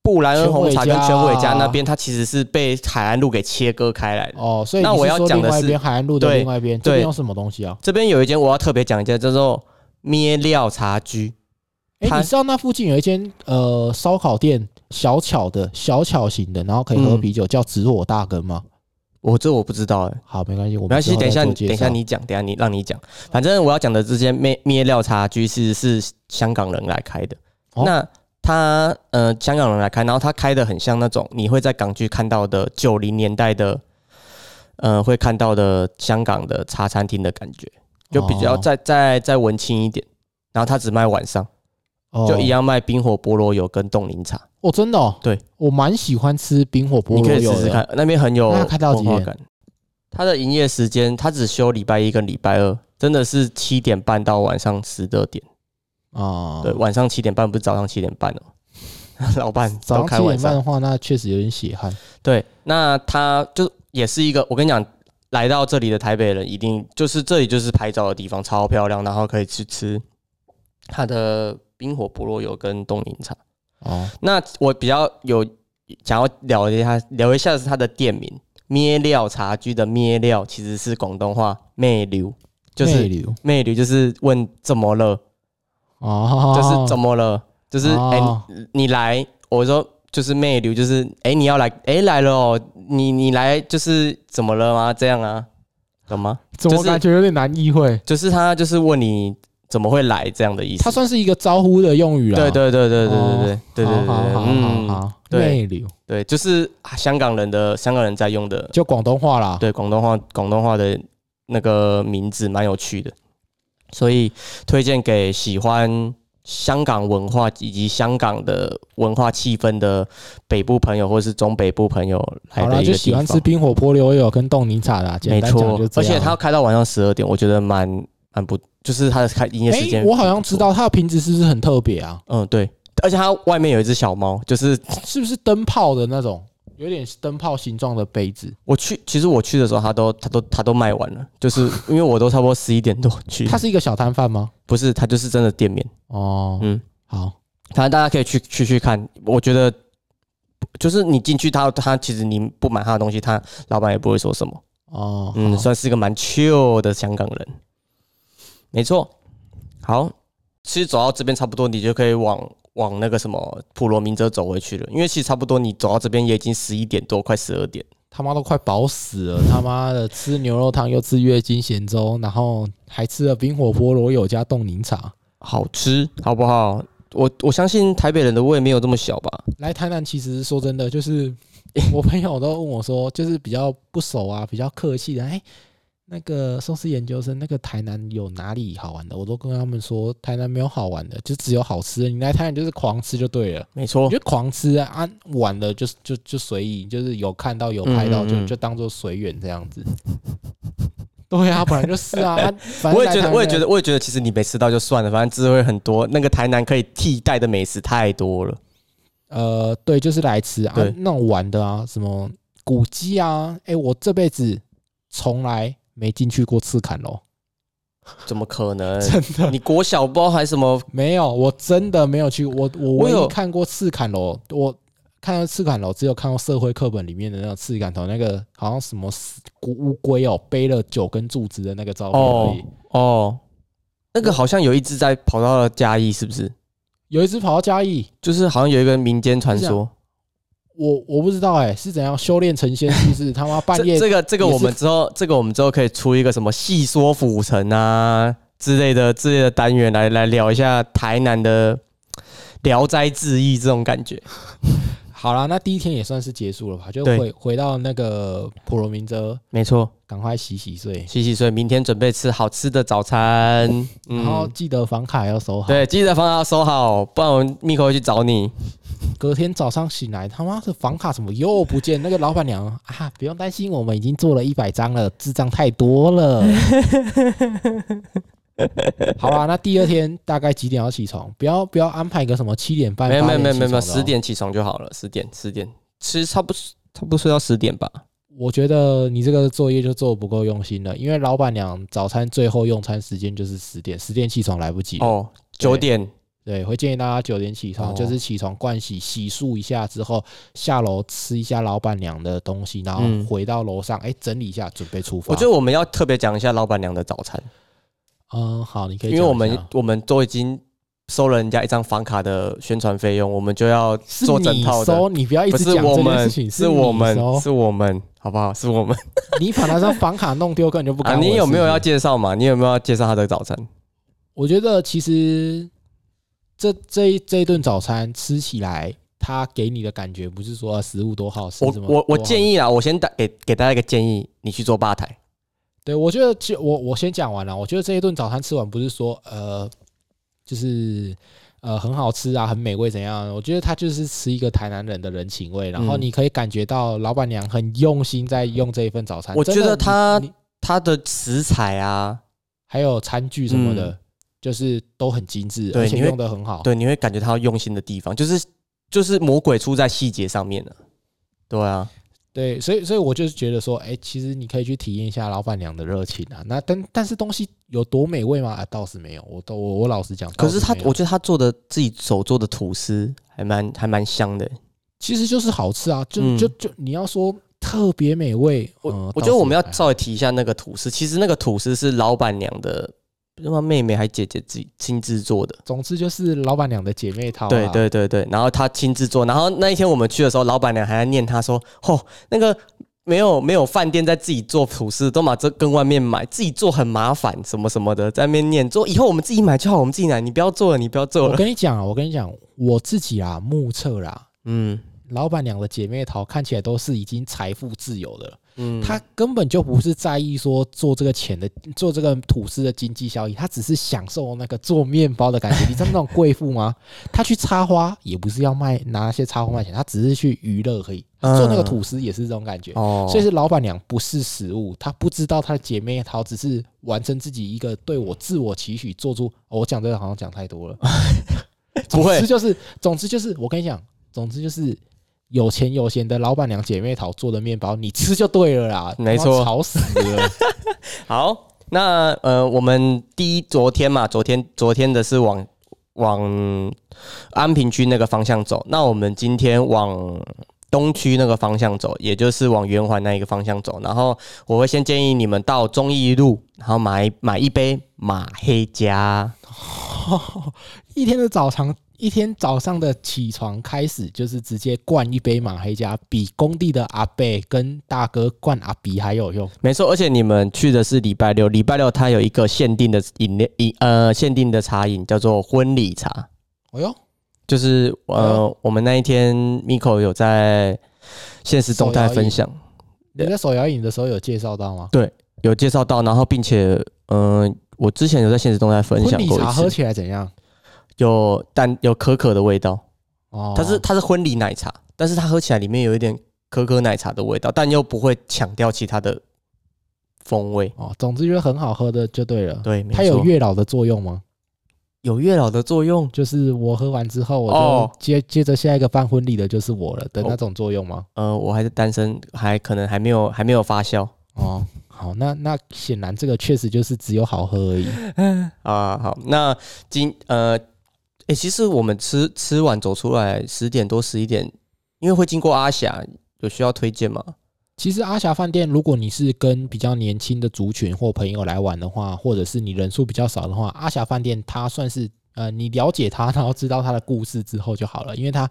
Speaker 1: 布莱恩红茶跟全伟家那边，它其实是被海岸路给切割开来的。
Speaker 2: 哦，所以
Speaker 1: 那
Speaker 2: 你
Speaker 1: 我
Speaker 2: 是
Speaker 1: 要
Speaker 2: 说
Speaker 1: 讲
Speaker 2: 另
Speaker 1: 的
Speaker 2: 外一
Speaker 1: 是
Speaker 2: 边海岸路的
Speaker 1: 对
Speaker 2: 另外一边，这边
Speaker 1: 对
Speaker 2: 有什么东西啊？
Speaker 1: 这边有一间我要特别讲一下，叫做咩料茶居，
Speaker 2: 哎，
Speaker 1: 它
Speaker 2: 你知道那附近有一间呃烧烤店，小巧的小巧型的，然后可以喝
Speaker 1: 嗯
Speaker 2: 啤酒，叫紫火大根吗？
Speaker 1: 我这我不知道哎、
Speaker 2: 好，没关系，我
Speaker 1: 没
Speaker 2: 们
Speaker 1: 关
Speaker 2: 之
Speaker 1: 系，
Speaker 2: 后
Speaker 1: 等一
Speaker 2: 再
Speaker 1: 下，
Speaker 2: 做
Speaker 1: 你
Speaker 2: 介
Speaker 1: 等一下
Speaker 2: 绍
Speaker 1: 你讲，等一下你让你讲。反正我要讲的这间咩咩料茶居是是香港人来开的。
Speaker 2: 哦
Speaker 1: 那他呃，香港人来开，然后他开的很像那种你会在港剧看到的九零年代的，呃，会看到的香港的茶餐厅的感觉，就比较
Speaker 2: 哦
Speaker 1: 再再再文青一点。然后他只卖晚上，
Speaker 2: 哦
Speaker 1: 就一样卖冰火菠萝油跟冻柠茶，
Speaker 2: 哦，真的、哦，
Speaker 1: 对
Speaker 2: 我蛮喜欢吃冰火菠
Speaker 1: 你可
Speaker 2: 萝
Speaker 1: 以
Speaker 2: 油
Speaker 1: 试试
Speaker 2: 的。
Speaker 1: 看，那边很有
Speaker 2: 那开到几
Speaker 1: 文化
Speaker 2: 点
Speaker 1: 感。他的营业时间，他只休礼拜一跟礼拜二，真的是七点半到晚上十二点。
Speaker 2: 啊、
Speaker 1: 对，，晚上七点半不是早上七点半哦、 老板都
Speaker 2: 早上
Speaker 1: 开
Speaker 2: 七
Speaker 1: 晚
Speaker 2: 点半
Speaker 1: 上。
Speaker 2: 的话，那确实有点血汗。
Speaker 1: 对，那他就也是一个，我跟你讲，来到这里的台北人一定就是这里就是拍照的地方，超漂亮，然后可以去吃他的冰火菠萝油跟冻柠茶。
Speaker 2: 哦，
Speaker 1: 那我比较有想要聊一下，聊一下是它的店名“咩料茶居”的“咩料”其实是广东话“媚流”，就
Speaker 2: 内
Speaker 1: 是
Speaker 2: 流
Speaker 1: “媚流”就是问怎么了，
Speaker 2: 哦，
Speaker 1: 就是怎么了，就是哎、
Speaker 2: 哦
Speaker 1: 你来，我说就是媚流，就是哎、你要来，哎、来了哦，你你来就是怎么了吗？这样啊，懂吗？
Speaker 2: 怎么
Speaker 1: 就是
Speaker 2: 感觉有点难意会？
Speaker 1: 就是他就是问你怎么会来这样的意思。
Speaker 2: 它算是一个招呼的用语啊。
Speaker 1: 对对对对对
Speaker 2: 哦
Speaker 1: 对对对对对，
Speaker 2: 好好好好
Speaker 1: 嗯
Speaker 2: 好，
Speaker 1: 对
Speaker 2: 内流
Speaker 1: 对，就是啊香港人的香港人在用的，
Speaker 2: 就广东话啦。
Speaker 1: 对广东话广东话的那个名字蛮有趣的，所以推荐给喜欢香港文化以及香港的文化气氛的北部朋友或是中北部朋友来
Speaker 2: 好
Speaker 1: 的
Speaker 2: 啦，
Speaker 1: 一个
Speaker 2: 就
Speaker 1: 地
Speaker 2: 喜
Speaker 1: 方
Speaker 2: 欢吃冰火泼牛油跟冻泥茶啦，简
Speaker 1: 没
Speaker 2: 单讲
Speaker 1: 错
Speaker 2: 就，这
Speaker 1: 而
Speaker 2: 样
Speaker 1: 且它要开到晚上十二点，我觉得蛮蛮不，就是它的开营业时间、
Speaker 2: 诶我好像知，道它的瓶子是不是很特别啊？
Speaker 1: 嗯，对，而且它外面有一只小猫，就是
Speaker 2: 是不是灯泡的那种，有点灯泡形状的杯子？
Speaker 1: 我去，其实我去的时候，它都它都它都卖完了，就是因为我都差不多十一点多去，
Speaker 2: 它是一个小摊贩吗？
Speaker 1: 不是它就是真的店面，
Speaker 2: 哦，
Speaker 1: 嗯，
Speaker 2: 好，
Speaker 1: 反正大家可以去去去看，我觉得。就是你进去它，它其实你不买它的东西，它老板也不会说什么。
Speaker 2: 哦，
Speaker 1: 嗯，
Speaker 2: 好
Speaker 1: 算是一个蛮 chill 的香港人，没错。好，其实走到这边差不多，你就可以往往那个什么普罗民者走回去了，因为其实差不多你走到这边也已经十一点多，快十二点。
Speaker 2: 他妈都快饱死了，他妈的吃牛肉汤又吃月经咸粥，然后还吃了冰火菠萝油加冻柠茶。
Speaker 1: 好吃，好不好？我我相信台北人的胃没有这么小吧？
Speaker 2: 来台南其实说真的，就是 我朋友都问我说，就是比较不熟啊，比较客气的，哎、那个寿司研究生，那个台南有哪里好玩的？我都跟他们说，台南没有好玩的，就只有好吃的。你来台南就是狂吃就对了，
Speaker 1: 没
Speaker 2: 我
Speaker 1: 错
Speaker 2: 觉，得狂吃啊，啊玩的就就就随意，就是有看到有拍到
Speaker 1: 嗯嗯
Speaker 2: 就
Speaker 1: 嗯
Speaker 2: 就当做随缘这 样子。对啊，本来就是啊，啊反正
Speaker 1: 我也
Speaker 2: 来
Speaker 1: 觉
Speaker 2: 台
Speaker 1: 得，
Speaker 2: 南
Speaker 1: 我也觉得，我也觉得，其实你没吃到就算了，反正滋味很多。那个台南可以替代的美食太多了。
Speaker 2: 呃，对，就是来吃啊
Speaker 1: 对，
Speaker 2: 那种玩的啊，什么古迹啊，哎、我这辈子从来没进去过赤坎楼，
Speaker 1: 怎么可能？
Speaker 2: 真的
Speaker 1: 哎你国小包还什么？
Speaker 2: 没有，我真的没有去，我我
Speaker 1: 我
Speaker 2: 唯
Speaker 1: 有
Speaker 2: 一看过赤坎楼，我看到赤坎楼只有看过社会课本里面的那种赤坎头，那个好像什么死古乌龟哦，背了九根柱子的那个照片而已。
Speaker 1: 哦，那个好像有一只在跑到了嘉义，是不是？
Speaker 2: 有一只跑到嘉义，
Speaker 1: 就是好像有一个民间传说，
Speaker 2: 我我不知道哎、是怎样修炼成仙，是不是他妈半夜
Speaker 1: 这这个这个
Speaker 2: 也
Speaker 1: 我
Speaker 2: 是
Speaker 1: 们之后，这个我们之后可以出一个什么细说府城啊之类的之类的单元来来聊一下台南的《聊斋志异》这种感觉。
Speaker 2: 好啦，那第一天也算是结束了吧？就
Speaker 1: 对
Speaker 2: 回回到那个普罗民遮，
Speaker 1: 没错，
Speaker 2: 赶快洗洗睡，
Speaker 1: 洗洗睡，明天准备吃好吃的早餐。
Speaker 2: 然后
Speaker 1: 嗯，
Speaker 2: 记得房卡要收好。，
Speaker 1: 对，记得房卡收好，不然我们 Miko 会去找你。
Speaker 2: 隔天早上醒来，他妈的房卡怎么又不见？那个老板娘啊，不用担心，我们已经做了一百张了，智障太 多了。好啦，那第二天大概几点要起床？不要不要安排个什么七点半，
Speaker 1: 没有没
Speaker 2: 8
Speaker 1: 有
Speaker 2: 点
Speaker 1: 没有没有没有，
Speaker 2: 起床的
Speaker 1: 十
Speaker 2: 哦。
Speaker 1: 哎点起床就好了，十点十点，其实差不差不多睡到十点吧。
Speaker 2: 我觉得你这个作业就做得不够用心了，因为老板娘早餐最后用餐时间就是十点，十点起床来不及了。
Speaker 1: 哦，九点
Speaker 2: 对，会建议大家九点起床，
Speaker 1: 哦
Speaker 2: 就是起床盥洗、洗漱一下之后，下楼吃一下老板娘的东西，然后
Speaker 1: 嗯
Speaker 2: 回到楼上，哎、整理一下，准备出发。
Speaker 1: 我觉得我们要特别讲一下老板娘的早餐，
Speaker 2: 嗯，好，你可以
Speaker 1: 因
Speaker 2: 讲一下，
Speaker 1: 为我们我们都已经收了人家一张房卡的宣传费用，我们就要
Speaker 2: 是
Speaker 1: 做整
Speaker 2: 你
Speaker 1: 套的
Speaker 2: 收，，你不要一
Speaker 1: 不
Speaker 2: 直
Speaker 1: 是
Speaker 2: 讲
Speaker 1: 我
Speaker 2: 这件
Speaker 1: 们，
Speaker 2: 事情，
Speaker 1: 是
Speaker 2: 你
Speaker 1: 我们，
Speaker 2: 收，
Speaker 1: 是我们，好不好？是我们
Speaker 2: 你把那张房卡弄丢，根本就不
Speaker 1: 啊！
Speaker 2: 敢。
Speaker 1: 你有没有要？介绍嘛？你有没有要介绍他的早餐？
Speaker 2: 我觉得其实这这一这一顿早餐吃起来，它给你的感觉不是说食物多好吃，
Speaker 1: 我
Speaker 2: 什么
Speaker 1: 我我
Speaker 2: 多好
Speaker 1: 建议啦，我先打给给大家一个建议，你去做吧台，
Speaker 2: 对，我觉得就我我先讲完了。我觉得这一顿早餐吃完，不是说呃，就是呃很好吃啊，很美味怎样？我觉得它就是吃一个台南人的人情味，然后
Speaker 1: 嗯
Speaker 2: 你可以感觉到老板娘很用心在用这一份早餐。
Speaker 1: 我
Speaker 2: 真
Speaker 1: 觉
Speaker 2: 的
Speaker 1: 得
Speaker 2: 你
Speaker 1: 它
Speaker 2: 你
Speaker 1: 它的食材啊，
Speaker 2: 还有餐具什么的，
Speaker 1: 嗯
Speaker 2: 就是都很精致，
Speaker 1: 对
Speaker 2: 而且
Speaker 1: 你会
Speaker 2: 用的很好。
Speaker 1: 对，你会感觉它用心的地方，就是就是魔鬼出在细节上面了。对啊，
Speaker 2: 对，所以所以我就是觉得说，哎、其实你可以去体验一下老板娘的热情啊。那但但是东西有多美味吗？啊，倒是没有。我都我我老实讲，
Speaker 1: 可
Speaker 2: 倒
Speaker 1: 是他
Speaker 2: 没，有
Speaker 1: 我觉得他做的自己手做的吐司还蛮还蛮香的。
Speaker 2: 其实就是好吃啊，就、
Speaker 1: 嗯
Speaker 2: 就就你要说特别美味，
Speaker 1: 我、
Speaker 2: 呃
Speaker 1: 我觉得我们
Speaker 2: 倒
Speaker 1: 要
Speaker 2: 是
Speaker 1: 稍微提一下那个吐司，其实那个吐司是老板娘的，什么妹妹还姐姐自己亲自做的。
Speaker 2: 总之就是老板娘的姐妹淘、啊，
Speaker 1: 对，对对对，然后她亲自做，然后那一天我们去的时候，老板娘还在念她说：“哦，那个没有没有饭店在自己做吐司，都把这跟外面买，自己做很麻烦，什么什么的，在那边念做，以后我们自己买就好，我们自己买，你不要做了，你不要做
Speaker 2: 我
Speaker 1: 了。
Speaker 2: 跟你讲啊，我跟你讲，我自己啊目测啦，
Speaker 1: 嗯
Speaker 2: 老板娘的姐妹淘看起来都是已经财富自由的了，
Speaker 1: 嗯，
Speaker 2: 她根本就不是在意说做这个钱的做这个吐司的经济效益，她只是享受那个做面包的感觉。你知道那种贵妇吗？ 她去插花也不是要卖拿那些插花卖钱，她只是去娱乐而已。
Speaker 1: 嗯
Speaker 2: 做那个吐司也是这种感觉。
Speaker 1: 哦，
Speaker 2: 所以是老板娘不是食物，她不知道她的姐妹淘只是完成自己一个对我自我期许，做出、哦我讲这个好像讲 太多了，
Speaker 1: 不会
Speaker 2: 总之就是，总之就是，我跟你讲，总之就是有钱有闲的老板娘姐妹淘做的面包，你吃就对了啦，
Speaker 1: 没错
Speaker 2: 他妈吵死 了。
Speaker 1: 好，那呃，我们第一昨天嘛，昨天昨天的是往往安平区那个方向走，那我们今天往东区那个方向走，也就是往圆环那一个方向走。然后我会先建议你们到忠义路，然后买买一杯马黑加。
Speaker 2: 一天的早上，一天早上的起床开始就是直接灌一杯马黑加，比工地的阿贝跟大哥灌阿比还有用。
Speaker 1: 没错，而且你们去的是礼拜六，礼拜六它有一个限定的饮料饮呃限定的茶饮，叫做婚礼茶。
Speaker 2: 哎呦，
Speaker 1: 就是呃，
Speaker 2: 嗯
Speaker 1: 我们那一天 Miko 有在现实动态分享，
Speaker 2: 你在手摇饮的时候有介绍到吗？
Speaker 1: 有介绍到，然后并且嗯、呃我之前有在现实动态分
Speaker 2: 婚
Speaker 1: 享
Speaker 2: 礼
Speaker 1: 过
Speaker 2: 茶喝
Speaker 1: 一次，
Speaker 2: 起来怎样？
Speaker 1: 有但有可可的味道，
Speaker 2: 哦，
Speaker 1: 它是它是婚礼奶茶，但是它喝起来里面有一点可可奶茶的味道，但又不会抢掉其他的风味。
Speaker 2: 哦，总之就是很好喝的就对了。
Speaker 1: 对，没
Speaker 2: 它有
Speaker 1: 错
Speaker 2: 月老的作用吗？
Speaker 1: 有月老的作用，
Speaker 2: 就是我喝完之后，我
Speaker 1: 哦
Speaker 2: 就接、接着下一个办婚礼的就是我了的
Speaker 1: 哦
Speaker 2: 那种作用吗？
Speaker 1: 呃，我还是单身，还可能还没有还没有发酵
Speaker 2: 哦，好，那那显然这个确实就是只有好喝而已。
Speaker 1: 啊。好，那今呃，诶，其实我们吃吃完走出来十点多十一点，因为会经过阿霞，有需要推荐吗？
Speaker 2: 其实阿霞饭店，如果你是跟比较年轻的族群或朋友来玩的话，或者是你人数比较少的话，阿霞饭店它算是呃，你了解它，然后知道它的故事之后就好了，因为它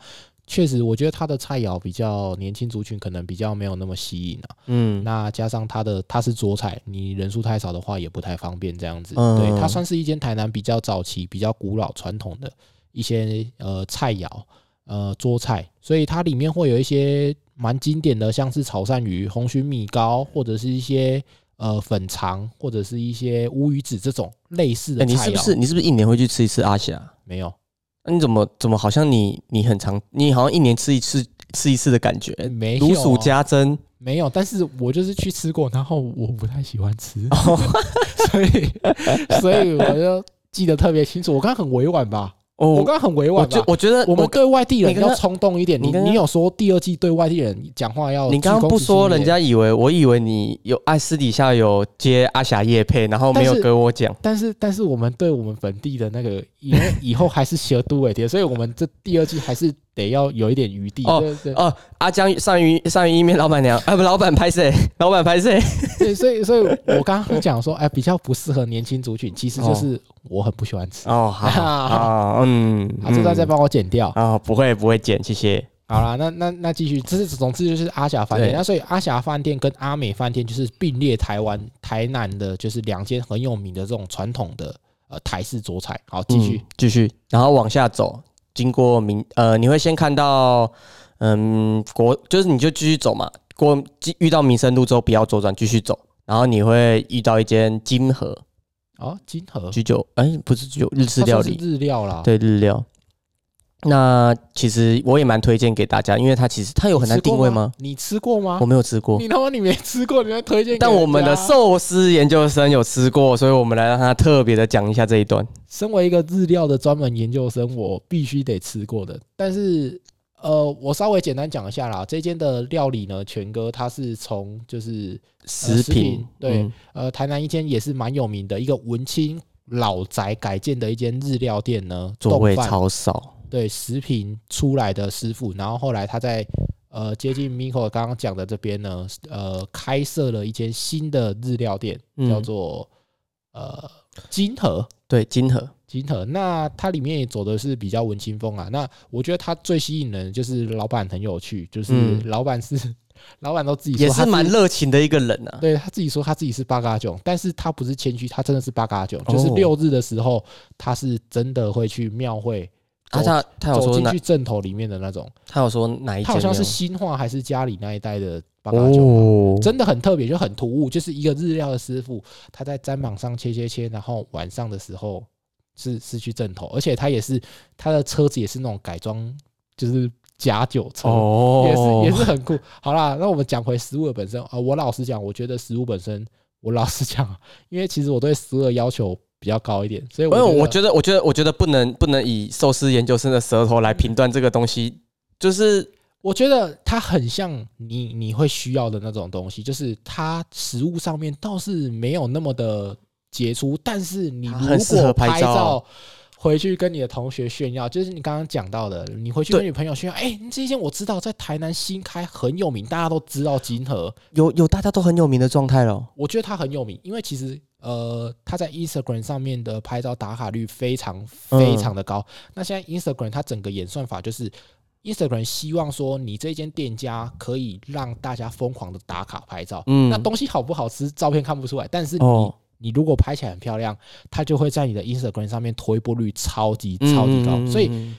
Speaker 2: 确实，我觉得它的菜肴比较年轻族群可能比较没有那么吸引啊。
Speaker 1: 嗯，
Speaker 2: 那加上它的它是桌菜，你人数太少的话也不太方便这样子。
Speaker 1: 嗯
Speaker 2: 对，它算是一间台南比较早期、比较古老传统的一些呃菜肴呃桌菜，所以它里面会有一些蛮经典的，像是炒鳝鱼、红鲟米糕，或者是一些呃粉肠，或者是一些乌鱼子这种类似
Speaker 1: 诶
Speaker 2: 的
Speaker 1: 哎你
Speaker 2: 菜肴。
Speaker 1: 是不是你是不是一年会去吃一次阿霞？
Speaker 2: 没有？
Speaker 1: 那你怎么怎么好像你你很常你好像一年吃一次吃一次的感觉，
Speaker 2: 没有、啊
Speaker 1: 如数呃家 珍。
Speaker 2: 没有，但是我就是去吃过，然后我不太喜欢 吃，
Speaker 1: 哦
Speaker 2: 所以所以我就记得特别清楚。我刚刚很委婉吧？
Speaker 1: 哦
Speaker 2: 我刚刚很委婉
Speaker 1: 我觉
Speaker 2: 吧？
Speaker 1: 我觉得
Speaker 2: 我们
Speaker 1: 我
Speaker 2: 对外地人
Speaker 1: 你刚刚
Speaker 2: 要冲动一点。
Speaker 1: 你
Speaker 2: 你
Speaker 1: 刚刚
Speaker 2: 你有说第二季对外地人讲话要
Speaker 1: 你
Speaker 2: 鞠
Speaker 1: 刚
Speaker 2: 躬
Speaker 1: 刚不
Speaker 2: 尽瘁
Speaker 1: 说，人，家以为我以为你有爱私底下有接阿霞叶配，然后没有
Speaker 2: 但是
Speaker 1: 跟我讲。
Speaker 2: 但是但是我们对我们本地的那个以后以后还是学都尾贴，所以我们这第二季还是得要有一点余地。
Speaker 1: 哦
Speaker 2: 对对
Speaker 1: 哦，阿江上鱼上鱼意面老板娘， 啊不，老板拍谁？老板拍谁？
Speaker 2: 对，所以所以我刚刚讲说，哎，比较不适合年轻族群，其实就是我很不喜欢吃。
Speaker 1: 哦，好，好，嗯，
Speaker 2: 啊，这段再
Speaker 1: 嗯
Speaker 2: 帮我剪掉。
Speaker 1: 哦，不会不会剪，谢谢。
Speaker 2: 好啦，那那那继续，这是总之就是阿霞饭店。
Speaker 1: 对
Speaker 2: 那所以阿霞饭店跟阿美饭店就是并列台湾台南的，就是两间很有名的这种传统的呃台式桌菜。好，继续
Speaker 1: 嗯，继续，然后往下走，经过明呃，你会先看到嗯国，就是你就继续走嘛，过遇到民生路之后不要左转，继续走，然后你会遇到一间金河
Speaker 2: 哦，金河
Speaker 1: 居酒，哎、不是居酒嗯日式
Speaker 2: 它
Speaker 1: 料
Speaker 2: 算
Speaker 1: 理，
Speaker 2: 哦是日料啦，，
Speaker 1: 对日料。那其实我也蛮推荐给大家，因为它其实它有很难定位吗？？
Speaker 2: 你吃过吗
Speaker 1: 我？没有吃过，
Speaker 2: 你他妈你没吃过，你还推荐给人家？
Speaker 1: 但我们的寿司研究生有吃过，所以我们来让他特别的讲一下这一段。
Speaker 2: 身为一个日料的专门研究生，我必须得吃过的。但是，呃，我稍微简单讲一下啦。这间的料理呢，全哥他是从就是
Speaker 1: 食
Speaker 2: 食
Speaker 1: 品嗯
Speaker 2: 品，对呃，台南一间也是蛮有名的一个文青老宅改建的一间日料店呢，
Speaker 1: 座位
Speaker 2: 冻饭
Speaker 1: 超少，
Speaker 2: 对食品出来的师傅，然后后来他在呃接近 Miko 刚刚讲的这边呢，呃，开设了一间新的日料店，
Speaker 1: 嗯
Speaker 2: 叫做、呃金河。
Speaker 1: 对金河，
Speaker 2: 金河，那它里面也走的是比较文青风啊。那我觉得它最吸引人的就是老板很有趣，就是
Speaker 1: 嗯
Speaker 2: 老板是老板都自己说
Speaker 1: 也
Speaker 2: 他
Speaker 1: 是
Speaker 2: 自
Speaker 1: 蛮热情的一个人啊。
Speaker 2: 对他自己说他自己是八嘎囧，但是他不是谦虚，他真的是八嘎囧，
Speaker 1: 哦
Speaker 2: 就是六日的时候，他是真的会去庙会
Speaker 1: 啊，他他有
Speaker 2: 走
Speaker 1: 说
Speaker 2: 进
Speaker 1: 哪？
Speaker 2: 去正头里面的那种，
Speaker 1: 他有说哪一间
Speaker 2: 他
Speaker 1: 没
Speaker 2: 好
Speaker 1: 有？
Speaker 2: 像是新化还是嘉里那一带的八嘎囧。
Speaker 1: 哦，
Speaker 2: 真的很特别，就很突兀，就是一个日料的师傅，他在砧板上切切切，然后晚上的时候是是去正头，而且他也是他的车子也是那种改装，就是假酒车，也
Speaker 1: 哦，
Speaker 2: 是也是很酷。 好啦，那我们讲回食物的本身啊、我老实讲，我觉得食物本身，我老实讲，啊 因为其实我对食物的要求比较高一点，所以
Speaker 1: 因为我
Speaker 2: 我
Speaker 1: 觉得，我觉得，我觉得不能不能以寿司研究生的舌头来评断这个东西，就是
Speaker 2: 我觉得它很像你你会需要的那种东西，就是它食物上面倒是没有那么的杰出，但是你
Speaker 1: 它
Speaker 2: 如
Speaker 1: 啊很适
Speaker 2: 果
Speaker 1: 合
Speaker 2: 拍
Speaker 1: 拍
Speaker 2: 照
Speaker 1: 照。
Speaker 2: 回去跟你的同学炫耀，就是你刚刚讲到的，你回去跟
Speaker 1: 对
Speaker 2: 你朋友炫耀，哎、这一间我知道，在台南新开很有名，大家都知道金河，
Speaker 1: 有有大家都很有名的状态了。
Speaker 2: 我觉得他很有名，因为其实呃，他在 Instagram 上面的拍照打卡率非常
Speaker 1: 嗯
Speaker 2: 非常的高。那现在 Instagram 它整个演算法就是 Instagram 希望说你这间店家可以让大家疯狂的打卡拍照。
Speaker 1: 嗯
Speaker 2: 那东西好不好吃，照片看不出来，但是你、
Speaker 1: 哦
Speaker 2: 你如果拍起来很漂亮，它就会在你的 Instagram 上面推播率超级超级
Speaker 1: 嗯
Speaker 2: 高。所以
Speaker 1: 以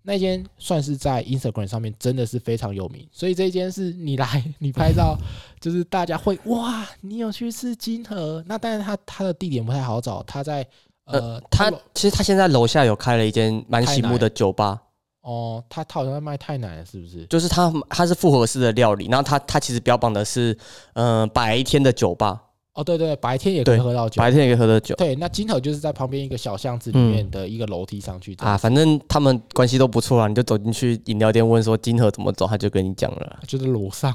Speaker 2: 那间算是在 Instagram 上面真的是非常有名，所以这间是你来 你拍照，就是大家会哇，你有去吃金河？那当然它，它的地点不太好找，它在呃，
Speaker 1: 他
Speaker 2: 楼
Speaker 1: 其实他现在楼下有开了一间蛮醒目的酒吧，
Speaker 2: 哦，它它好像在卖太奶了，是不是？
Speaker 1: 就是他他是复合式的料理，然后他他其实标榜的是嗯、呃白天的酒吧，
Speaker 2: 哦，对对，白天也可以
Speaker 1: 对
Speaker 2: 喝到酒。
Speaker 1: 白天也可以喝的酒
Speaker 2: 对，那金河就是在旁边一个小巷子里面的一个楼梯上去这样
Speaker 1: 啊，反正他们关系都不错啊，你就走进去饮料店问说金河怎么走，他就跟你讲了。
Speaker 2: 就是裸 上。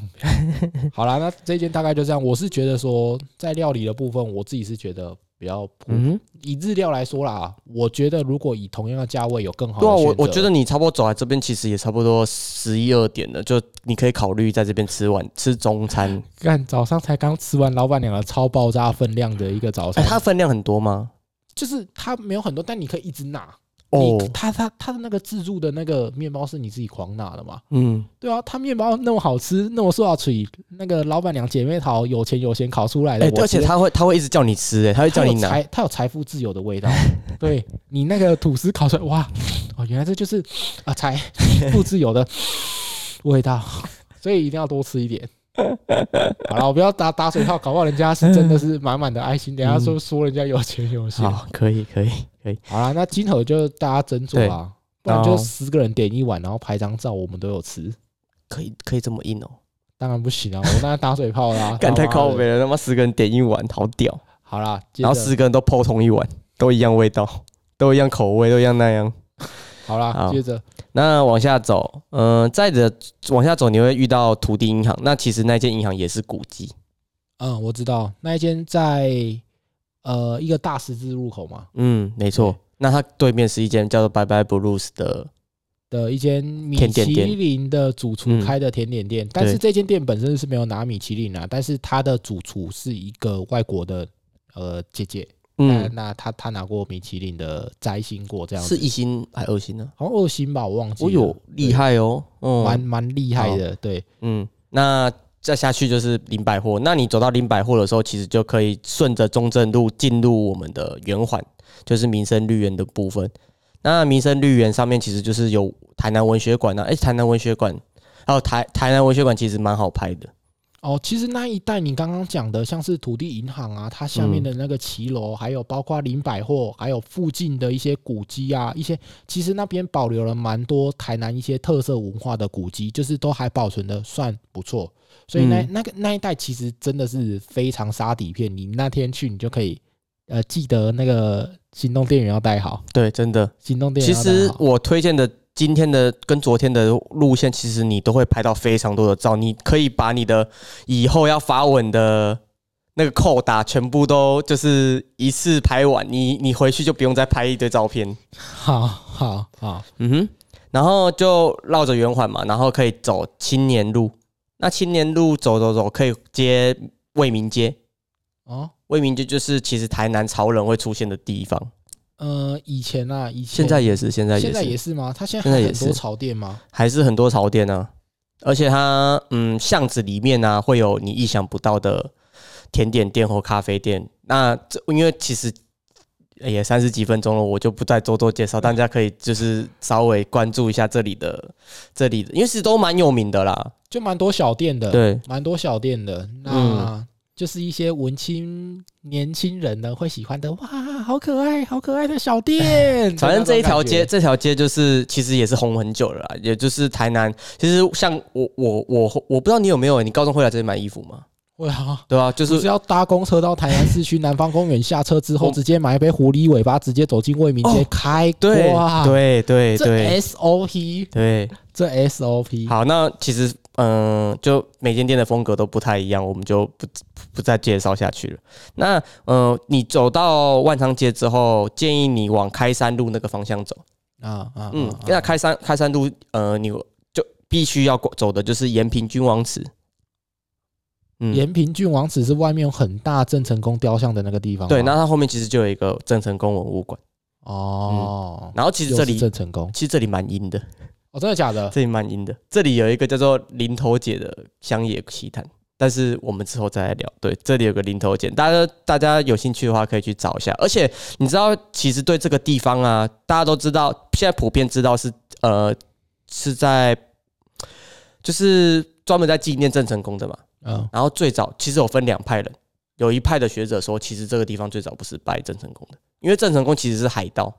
Speaker 2: 好啦，那这间大概就这样。我是觉得说，在料理的部分，我自己是觉得比较普通
Speaker 1: 嗯，
Speaker 2: 以日料来说啦，我觉得如果以同样的价位有更好的
Speaker 1: 对啊，我
Speaker 2: 选择
Speaker 1: 我觉得你差不多走来这边，其实也差不多十一二点了，就你可以考虑在这边吃晚吃中餐。
Speaker 2: 干早上才刚吃完老板娘的超爆炸分量的一个早
Speaker 1: 哎、
Speaker 2: 餐，
Speaker 1: 它分量很多吗？
Speaker 2: 就是它没有很多，但你可以一直拿。
Speaker 1: 哦
Speaker 2: 你，它它它的那个自助的那个面包是你自己狂拿的嘛？
Speaker 1: 嗯，
Speaker 2: 对啊，它面包那么好吃，那么受到嘴，那个老板娘姐妹淘有钱有闲烤出来的，
Speaker 1: 哎、
Speaker 2: 我
Speaker 1: 而且
Speaker 2: 觉得
Speaker 1: 他会他会一直叫你吃、哎，他会叫
Speaker 2: 它有
Speaker 1: 你 拿
Speaker 2: 财，它有财富自由的味道。对你那个吐司烤出来，哇，哦，原来这就是啊财富自由的味道，所以一定要多吃一点。好了，我不要打打水泡，搞不好人家是真的 是满满的爱心，等一下说说人家有钱有闲。
Speaker 1: 嗯好，可以可以，
Speaker 2: 好啦，那金河就大家斟酌啦，不然
Speaker 1: 然
Speaker 2: 就
Speaker 1: 后
Speaker 2: 十个人点一碗，然后拍张照，我们都有吃。
Speaker 1: 可以可以这么硬哦、
Speaker 2: 当然不行啊，我那打水泡啦，
Speaker 1: 干太
Speaker 2: 高
Speaker 1: 靠北了，他妈十个人点一碗，好屌，
Speaker 2: 好啦，接
Speaker 1: 然后
Speaker 2: 着
Speaker 1: 十个人都泡同一碗，都一样味道，都一样口味，都一样那样。
Speaker 2: 好啦，
Speaker 1: 好
Speaker 2: 接着
Speaker 1: 那往下走，嗯、再者往下走，你会遇到土地银行，那其实那间银行也是古迹，
Speaker 2: 嗯，我知道那一间在呃一个大十字路口嘛
Speaker 1: 嗯，没错。那它对面是一间叫做拜拜 Blues 的，
Speaker 2: 的一间米
Speaker 1: 甜
Speaker 2: 其
Speaker 1: 点店
Speaker 2: 林的主厨
Speaker 1: 嗯
Speaker 2: 开的甜点店，但是这间店本身是没有拿米其林啊，但是它的主厨是一个外国的呃姐姐，那
Speaker 1: 嗯，
Speaker 2: 那她她拿过米其林的摘星过这样
Speaker 1: 是
Speaker 2: 子，
Speaker 1: 一星还二星啊呢、
Speaker 2: 好像二星吧，我忘记
Speaker 1: 我
Speaker 2: 了，
Speaker 1: 有厉害哦，
Speaker 2: 对，蛮
Speaker 1: 嗯
Speaker 2: 蛮厉害的，对，
Speaker 1: 嗯，那再下去就是林百货，那你走到林百货的时候，其实就可以顺着中正路进入我们的圆环，就是民生绿园的部分。那民生绿园上面其实就是有台南文学馆啊，哎、台南文学馆，还有台台南文学馆其实蛮好拍的，
Speaker 2: 哦，其实那一带你刚刚讲的，像是土地银行啊，它下面
Speaker 1: 嗯
Speaker 2: 的那个骑楼，还有包括林百货，还有附近的一些古迹啊，一些其实那边保留了蛮多台南一些特色文化的古迹，就是都还保存的算不错。所以那、
Speaker 1: 嗯
Speaker 2: 那个那一带其实真的是非常杀底片，你那天去你就可以，呃，记得那个行动电源要带好，
Speaker 1: 对，真的。
Speaker 2: 行动电
Speaker 1: 其
Speaker 2: 源要带
Speaker 1: 实
Speaker 2: 好。
Speaker 1: 我推荐的今天的跟昨天的路线，其实你都会拍到非常多的照，你可以把你的以后要发文的那个扣打全部都就是一次拍完，你你回去就不用再拍一堆照片。
Speaker 2: 好好好，
Speaker 1: 嗯哼，然后就绕着圆环嘛，然后可以走青年路。那青年路走走走，可以接卫民街。
Speaker 2: 哦，
Speaker 1: 卫民街就是其实台南潮人会出现的地方，
Speaker 2: 呃，以前啊，以前
Speaker 1: 现在也是，现在也
Speaker 2: 现在
Speaker 1: 是，
Speaker 2: 也是吗？它现在
Speaker 1: 现在
Speaker 2: 还
Speaker 1: 也
Speaker 2: 很多
Speaker 1: 是
Speaker 2: 潮店吗？
Speaker 1: 还是很多潮店呢、啊而且它嗯巷子里面呢、会有你意想不到的甜点店或咖啡店。那这因为其实呃也三十几分钟了，我就不再多多介绍，大家可以就是稍微关注一下这里的这里的，因为其实都蛮有名的啦。
Speaker 2: 就蛮多小店的，，
Speaker 1: 对，嗯
Speaker 2: 蛮多小店的。那就是一些文青年轻人呢会喜欢的，哇，好可爱，好可爱的小店。
Speaker 1: 反正这一条
Speaker 2: 就那
Speaker 1: 街，
Speaker 2: 种
Speaker 1: 这条街就是其实也是红很久了啦，也就是台南。其实像我我我我不知道你有没有，你高中会来这里买衣服吗？
Speaker 2: 感觉，哇，
Speaker 1: 对啊，就
Speaker 2: 就是是要搭公车到台南市区南方公园下车之后，
Speaker 1: 我
Speaker 2: 直接买一杯狐狸尾巴，直接走进卫民街
Speaker 1: 哦
Speaker 2: 开
Speaker 1: 对
Speaker 2: 哇，，
Speaker 1: 对对对
Speaker 2: 这 SOP，
Speaker 1: 对。
Speaker 2: 这 SOP，
Speaker 1: 好，那其实嗯、呃就每间店的风格都不太一样，我们就不不再介绍下去了。那呃，你走到万昌街之后，建议你往开山路那个方向走。
Speaker 2: 啊啊，
Speaker 1: 嗯
Speaker 2: 啊，
Speaker 1: 那开山开山路，呃，你就必须要过走的就是延平君王祠。嗯
Speaker 2: 延平郡王祠是外面有很大郑成功雕像的那个地方吗，
Speaker 1: 对，那它后面其实就有一个郑成功文物馆，
Speaker 2: 哦，
Speaker 1: 然后嗯其实
Speaker 2: 又
Speaker 1: 这
Speaker 2: 是
Speaker 1: 里
Speaker 2: 郑成功，
Speaker 1: 其实这里蛮阴的，
Speaker 2: 哦，真的假的？
Speaker 1: 这里蛮阴的，这里有一个叫做林头姐的乡野奇谈，但是我们之后再来聊。对，这里有个林头姐，大家大家有兴趣的话可以去找一下。而且你知道，其实对这个地方啊，大家都知道，现在普遍知道是呃是在就是专门在纪念郑成功的嘛。
Speaker 2: 嗯，
Speaker 1: 然后最早其实有分两派人，有一派的学者说，其实这个地方最早不是拜郑成功的，因为郑成功其实是海盗。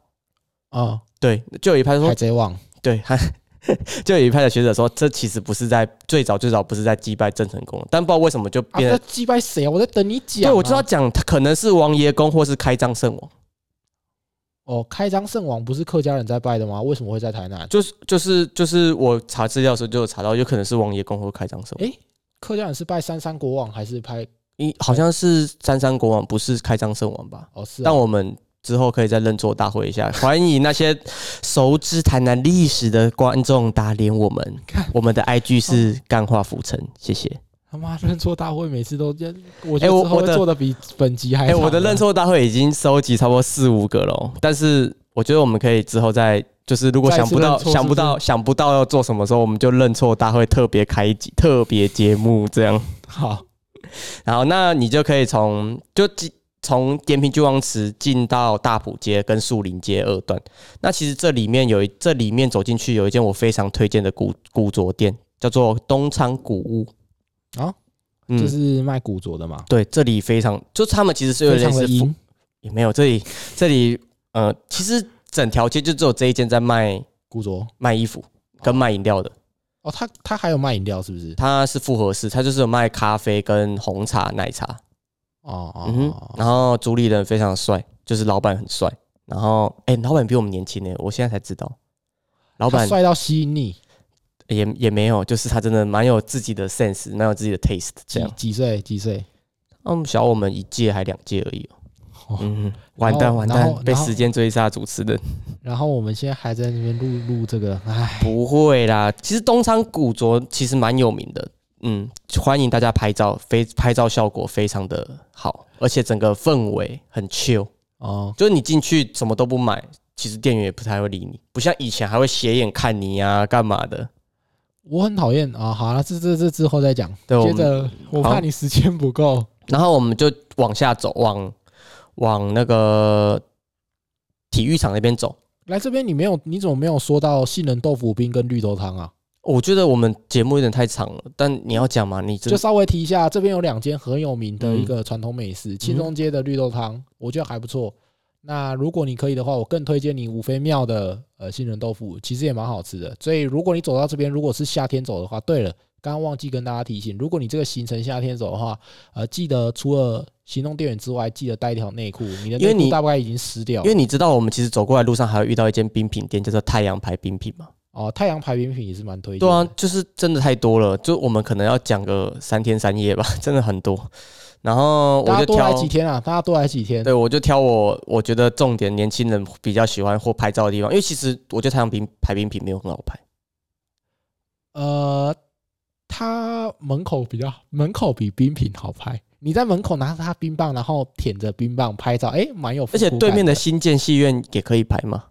Speaker 2: 哦，
Speaker 1: 对，就有一派说
Speaker 2: 海，贼王，
Speaker 1: 对，还 就有一派的学者说，这其实不是在最早最早不是在祭拜郑成功的，但不知道为什么就
Speaker 2: 啊，
Speaker 1: 变
Speaker 2: 那
Speaker 1: 得。
Speaker 2: 击败谁啊？我在等你讲啊。
Speaker 1: 对，我知道讲他可能是王爷公或是开张圣王，
Speaker 2: 哦，开张圣王不是客家人在拜的吗？为什么会在台南？
Speaker 1: 就是就是就是我查资料的时候就有查到，有可能是王爷公或开张圣王。
Speaker 2: 诶客家人是拜三山国王还是拜？
Speaker 1: 你好像是三山国王，不是开张圣王吧？
Speaker 2: 哦，是啊
Speaker 1: 但我们之后可以再认错大会一下，欢迎那些熟知台南历史的观众打脸我们
Speaker 2: 干。
Speaker 1: 我们的 IG 是干化浮城，谢谢。
Speaker 2: 他妈认错大会每次都这样，我觉
Speaker 1: 哎
Speaker 2: 得
Speaker 1: 我
Speaker 2: 之后
Speaker 1: 我的
Speaker 2: 会做的比本集还
Speaker 1: 哎、
Speaker 2: 长啊。
Speaker 1: 我的认错大会已经收集差不多四五个了哦，但是我觉得我们可以之后再，就是如果
Speaker 2: 再一
Speaker 1: 想
Speaker 2: 次
Speaker 1: 不到、
Speaker 2: 认错
Speaker 1: 想不
Speaker 2: 是不是
Speaker 1: 到、想不到要做什么时候，我们就认错大会特别开一集特别节目这样。
Speaker 2: 好，
Speaker 1: 然后那你就可以从就进从延平君王祠进到大埔街跟树林街二段。那其实这里面有一这里面走进去有一间我非常推荐的古古着店，叫做东昌古屋。
Speaker 2: 啊，
Speaker 1: 嗯，
Speaker 2: 就是卖古着的嘛，
Speaker 1: 对，这里非常就他们其实是有
Speaker 2: 非
Speaker 1: 点
Speaker 2: 常的
Speaker 1: 类似
Speaker 2: 阴
Speaker 1: 也没有，这里这里呃，其实整条街就只有这一间在卖
Speaker 2: 古着。
Speaker 1: 卖衣服跟卖饮料的，
Speaker 2: 哦，他他还有卖饮料是不是？
Speaker 1: 它是复合式，它就是有卖咖啡跟红茶、奶茶。
Speaker 2: 哦哦
Speaker 1: 嗯
Speaker 2: 哦
Speaker 1: 哼，然后主理人非常帅，就是老板很帅。然后哎、老板比我们年轻呢，我现在才知道，老
Speaker 2: 他
Speaker 1: 板
Speaker 2: 帅到吸引你，
Speaker 1: 也也没有，就是他真的蛮有自己的 sense，蛮有自己的 taste 这
Speaker 2: 几
Speaker 1: 样。
Speaker 2: 几岁几岁？
Speaker 1: 嗯，小我们一届还两届而已、哦
Speaker 2: 哦。
Speaker 1: 嗯，完蛋完
Speaker 2: 然
Speaker 1: 蛋
Speaker 2: 后，
Speaker 1: 被
Speaker 2: 然后
Speaker 1: 时间追杀主持人。
Speaker 2: 然后我们现在还在那边录录这个，唉，
Speaker 1: 不会啦，其实东昌古着其实蛮有名的，嗯，欢迎大家拍照，非拍照效果非常的好，而且整个氛围很 chill，
Speaker 2: 哦，
Speaker 1: 就是你进去什么都不买，其实店员也不太会理你，不像以前还会斜眼看你啊，干嘛的？
Speaker 2: 我很讨厌啊。好了，这这这之后再讲。
Speaker 1: 对，我
Speaker 2: 接
Speaker 1: 们
Speaker 2: 着我
Speaker 1: 好
Speaker 2: 怕你时间不够，
Speaker 1: 然后我们就往下走，往往那个体育场那边走。
Speaker 2: 来这边你没有，你怎么没有说到杏仁豆腐冰跟绿豆汤啊？
Speaker 1: 我觉得我们节目有点太长了，但你要讲嘛，你真
Speaker 2: 就
Speaker 1: 的
Speaker 2: 稍微提一下，这边有两间很有名的
Speaker 1: 嗯
Speaker 2: 一个传统美食，青松街的绿豆汤，我觉得还不错。那如果你可以的话，我更推荐你五妃庙的呃杏仁豆腐，其实也蛮好吃的。所以如果你走到这边，如果是夏天走的话，对了，刚刚忘记跟大家提醒，如果你这个行程夏天走的话，呃，记得除了行动电源之外，记得带一条内裤，你的
Speaker 1: 因为
Speaker 2: 内裤
Speaker 1: 你
Speaker 2: 大概已经湿掉
Speaker 1: 因为你知道，我们其实走过来路上还会遇到一间冰品店，叫做太阳牌冰品嘛。
Speaker 2: 哦。太阳牌饼品也是蛮推荐
Speaker 1: 对
Speaker 2: 的，
Speaker 1: 啊，就是真的太多了，就我们可能要讲个三天三夜吧， 真的很多。然后
Speaker 2: 大
Speaker 1: 我
Speaker 2: 家
Speaker 1: 就
Speaker 2: 多
Speaker 1: 挑
Speaker 2: 来，几天啊，大家多来几天。
Speaker 1: 对我就挑我我觉得重点年轻人比较喜欢或拍照的地方，因为其实我觉得太阳平排冰品没有很好拍，
Speaker 2: 呃，它门口比较门口比冰品好拍。你在门口拿着它冰棒，然后舔着冰棒拍照，哎，蛮有复
Speaker 1: 而且
Speaker 2: 古
Speaker 1: 对
Speaker 2: 感
Speaker 1: 面的新建戏院也可以拍嘛。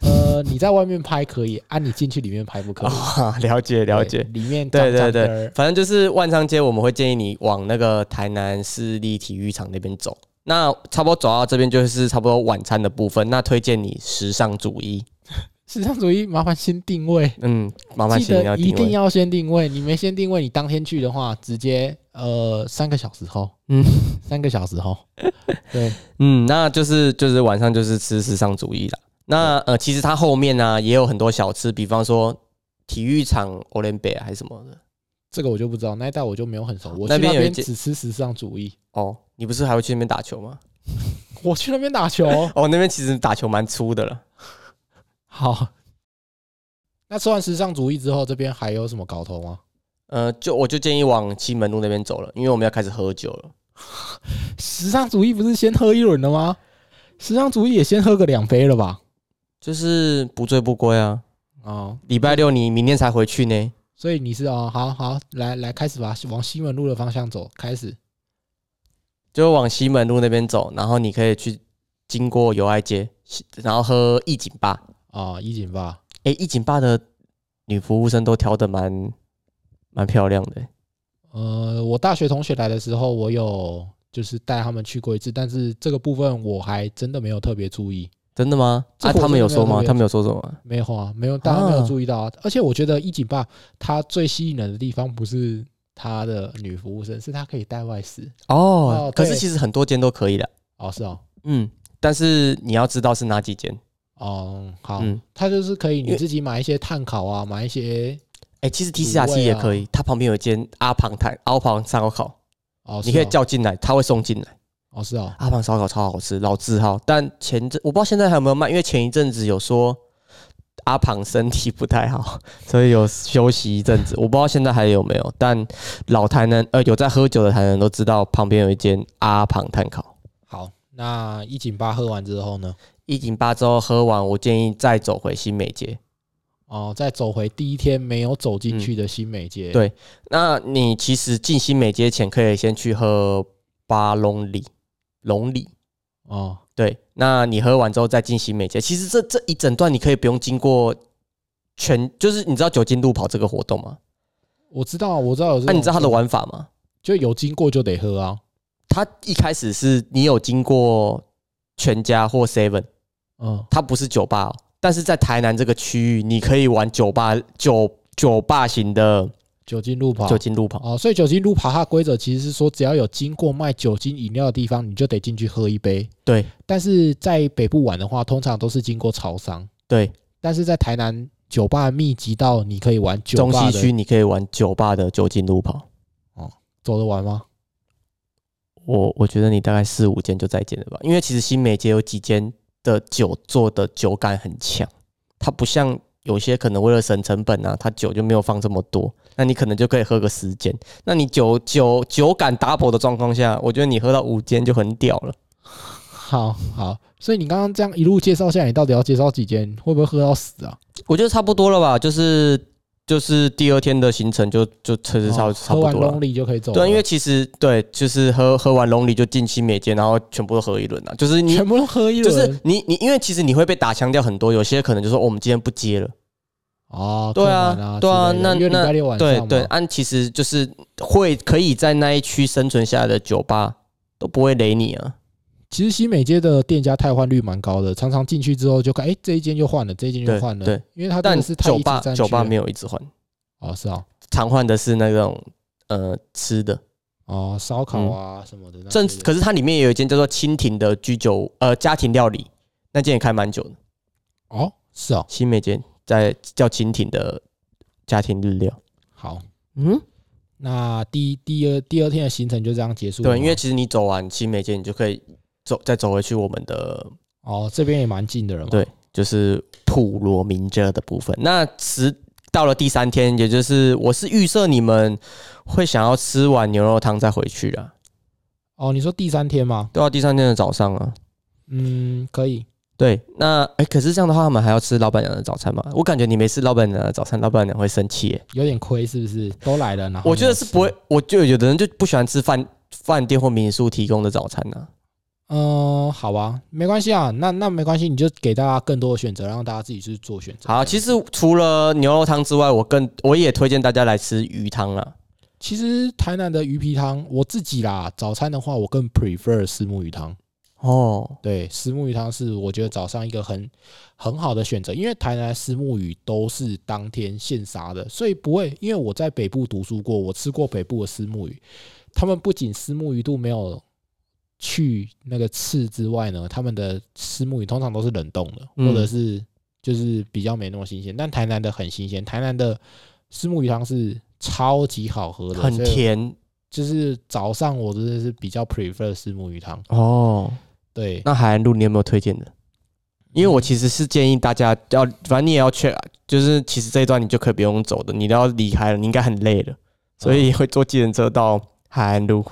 Speaker 2: 呃，你在外面拍可以，啊，你进去里面拍不可 以。
Speaker 1: 啊，了解了
Speaker 2: 对
Speaker 1: 解。
Speaker 2: 里面
Speaker 1: 对对
Speaker 2: 脏脏
Speaker 1: 对
Speaker 2: 的，
Speaker 1: 反正就是万昌街，我们会建议你往那个台南市立体育场那边走。那差不多走到这边就是差不多晚餐的部分。那推荐你时尚主义，
Speaker 2: 时尚主义，麻烦先定位，
Speaker 1: 嗯，麻烦
Speaker 2: 记
Speaker 1: 请你要
Speaker 2: 得一
Speaker 1: 定
Speaker 2: 定
Speaker 1: 位。
Speaker 2: 要先定位。你没先定位，你当天去的话，直接呃三个小时后，
Speaker 1: 嗯，
Speaker 2: 三个小时后，对，
Speaker 1: 嗯，那就是就是晚上就是吃时尚主义啦。那呃，其实它后面呢、也有很多小吃，比方说体育场 o l y m p i 还是什么的。
Speaker 2: 这个我就不知道，那一带我就没有很熟。我去
Speaker 1: 那
Speaker 2: 那
Speaker 1: 边有一
Speaker 2: 边
Speaker 1: 间
Speaker 2: 只吃时尚主义，
Speaker 1: 哦，你不是还会去那边打球吗？
Speaker 2: 我去那边打球。
Speaker 1: 哦，那边其实打球蛮粗的了。
Speaker 2: 好，那吃完时尚主义之后，这边还有什么搞头吗？
Speaker 1: 呃，就我就建议往西门路那边走了，因为我们要开始喝酒了。
Speaker 2: 时尚主义不是先喝一轮了吗？时尚主义也先喝个两杯了吧？
Speaker 1: 就是不醉不归啊！
Speaker 2: 哦，
Speaker 1: 礼拜六你明天才回去呢。
Speaker 2: 所以你是哦，好好来来开始吧，往西门路的方向走，开始。
Speaker 1: 就往西门路那边走，然后你可以去经过友爱街，西然后喝一景吧。
Speaker 2: 哦，一景吧，
Speaker 1: 诶，一景吧的女服务生都挑的蛮蛮漂亮的、欸
Speaker 2: 呃，我大学同学来的时候，我有就是带他们去过一次，但是这个部分我还真的没有特别注意，
Speaker 1: 真的吗？
Speaker 2: 这
Speaker 1: 啊，
Speaker 2: 个我
Speaker 1: 他们有说吗？
Speaker 2: 真的没
Speaker 1: 他们有
Speaker 2: 有特别
Speaker 1: 说什么？
Speaker 2: 没有啊，没有，大家没有
Speaker 1: 啊
Speaker 2: 注意到啊。而且我觉得一景吧，它最吸引人的地方不是它的女服务生，是它可以带外食。
Speaker 1: 哦
Speaker 2: 哦，
Speaker 1: 可
Speaker 2: 对
Speaker 1: 是其实很多间都可以的，
Speaker 2: 哦，是哦，
Speaker 1: 嗯，但是你要知道是哪几间，
Speaker 2: 哦，好，
Speaker 1: 嗯，
Speaker 2: 它就是可以
Speaker 1: 因
Speaker 2: 你
Speaker 1: 为
Speaker 2: 自己买一些碳烤啊，买一些
Speaker 1: 诶，其实
Speaker 2: 啊
Speaker 1: T C R 七也可以，它旁边有一间阿庞台阿庞烧烤，
Speaker 2: 哦，
Speaker 1: 你
Speaker 2: 是
Speaker 1: 可以
Speaker 2: 哦
Speaker 1: 叫进来，他会送进来。
Speaker 2: 哦，是哦，
Speaker 1: 阿胖烧烤超好吃，老字号。但前阵我不知道现在还有没有卖，因为前一阵子有说阿胖身体不太好， 所以有休息一阵子。我不知道现在还有没有，但老台南呃有在喝酒的台南人都知道，旁边有一间阿胖炭烤。
Speaker 2: 好，那一景吧喝完之后呢，
Speaker 1: 一景八之后喝完，我建议再走回新美街。
Speaker 2: 哦，再走回第一天没有走进去的新美街，
Speaker 1: 对那你其实进新美街前，可以先去喝八龙里龙里。
Speaker 2: 哦，
Speaker 1: 对，那你喝完之后再进行美睫，其实这这一整段你可以不用经过全，就是你知道酒精路跑这个活动吗？
Speaker 2: 我知道，我知道有这种，
Speaker 1: 那、啊你知道它的玩法吗？
Speaker 2: 就有经过就得喝啊，
Speaker 1: 它一开始是你有经过全家或 Seven，
Speaker 2: 嗯，
Speaker 1: 它不是酒吧、哦，但是在台南这个区域，你可以玩酒吧酒酒吧型的
Speaker 2: 酒精路跑
Speaker 1: 酒。精路跑。
Speaker 2: 哦，所以酒精路跑它的规则其实是说，只要有经过卖酒精饮料的地方，你就得进去喝一杯。
Speaker 1: 对
Speaker 2: 但是在北部玩的话，通常都是经过超商，
Speaker 1: 对，
Speaker 2: 但是在台南酒吧密集到你可以玩酒
Speaker 1: 中
Speaker 2: 吧
Speaker 1: 西
Speaker 2: 的
Speaker 1: 区你可以玩酒吧的酒精路跑。
Speaker 2: 走得完吗？
Speaker 1: 我我觉得你大概四五间就再见了吧，因为其实新美街有几间的酒做的酒感很强，它不像有些可能为了省成本啊，它酒就没有放这么多，那你可能就可以喝个十间。那你酒酒酒感 double 的状况下，我觉得你喝到五间就很屌了。
Speaker 2: 好好，所以你刚刚这样一路介绍下来，你到底要介绍几间？会不会喝到死啊？
Speaker 1: 我觉得差不多了吧，就是就是第二天的行程就就确实差不
Speaker 2: 哦
Speaker 1: 差不
Speaker 2: 喝完
Speaker 1: 多了。
Speaker 2: Lonely 就可以走了。
Speaker 1: 对，因为其实对，就是喝喝完龙里就进新美街，然后全部都喝一轮啊，就是你
Speaker 2: 全部都喝一
Speaker 1: 就
Speaker 2: 轮，
Speaker 1: 是你你，因为其实你会被打枪掉很多，有些可能就说、哦我们今天不接了，
Speaker 2: 哦，
Speaker 1: 对啊
Speaker 2: 客满啊之
Speaker 1: 对啊
Speaker 2: 类的
Speaker 1: 那
Speaker 2: 因为礼
Speaker 1: 那
Speaker 2: 拜六晚
Speaker 1: 对
Speaker 2: 上嘛
Speaker 1: 对，按其实就是会可以在那一区生存下来的酒吧都不会雷你啊，
Speaker 2: 其实西美街的店家汰换率蛮高的，常常进去之后就看，哎、这一间就换了，这一间就
Speaker 1: 对
Speaker 2: 换了，
Speaker 1: 对，
Speaker 2: 因为它真
Speaker 1: 但
Speaker 2: 的是太
Speaker 1: 酒
Speaker 2: 一直
Speaker 1: 吧
Speaker 2: 占
Speaker 1: 酒吧
Speaker 2: 据了
Speaker 1: 没有一直换，
Speaker 2: 哦，是哦，
Speaker 1: 常换的是那种呃吃的，
Speaker 2: 哦，烧烤啊、什么的
Speaker 1: 嗯
Speaker 2: 那
Speaker 1: 正
Speaker 2: 些的，
Speaker 1: 可是它里面也有一间叫做蜻蜓的居酒呃家庭料理，那间也开蛮久的，
Speaker 2: 哦，是哦，
Speaker 1: 新美间在叫蜻蜓的家庭日料，
Speaker 2: 好，
Speaker 1: 嗯，
Speaker 2: 那第第二第二天的行程就这样结束了吗，
Speaker 1: 对，因为其实你走完新美街，你就可以走再走回去我们的
Speaker 2: 哦这边也蛮近的了嘛，
Speaker 1: 对就是普罗民遮的部分。那吃到了第三天，也就是我是预设你们会想要吃完牛肉汤再回去的，
Speaker 2: 哦，你说第三天吗？
Speaker 1: 都要第三天的早上啊。
Speaker 2: 嗯，可以，
Speaker 1: 对，那哎、诶可是这样的话，他们还要吃老板娘的早餐吗？我感觉你没吃老板娘的早餐，老板娘会生气耶、
Speaker 2: 有点亏是不是？都来了，然后
Speaker 1: 我觉得
Speaker 2: 哦没有
Speaker 1: 是
Speaker 2: 吃
Speaker 1: 不会，我就有的人就不喜欢吃饭饭店或民宿提供的早餐呢、啊
Speaker 2: 嗯、嗯，好啊，没关系啊，那那没关系，你就给大家更多的选择，让大家自己去做选择。
Speaker 1: 好，其实除了牛肉汤之外，我更我也推荐大家来吃鱼汤啊啦。
Speaker 2: 其实台南的鱼皮汤，我自己啦，早餐的话，我更 prefer 石目鱼汤。
Speaker 1: 哦，
Speaker 2: 对，石目鱼汤是我觉得早上一个很很好的选择，因为台南的石目鱼都是当天现杀的，所以不会。因为我在北部读书过，我吃过北部的石目鱼，他们不仅石目鱼肚没有去那个刺之外呢，他们的石目鱼通常都是冷冻的，
Speaker 1: 嗯
Speaker 2: 或者是就是比较没那么新鲜。但台南的很新鲜，台南的石目鱼汤是超级好喝的，
Speaker 1: 很
Speaker 2: 所以
Speaker 1: 甜
Speaker 2: 就是早上我真的是比较 prefer 石目鱼汤，
Speaker 1: 哦。
Speaker 2: 对，
Speaker 1: 那海岸路你有没有推荐的？因为我其实是建议大家要，反正你也要去，就是其实这一段你就可以不用走的，你都要离开了，你应该很累了，所以会坐计程车到海岸路。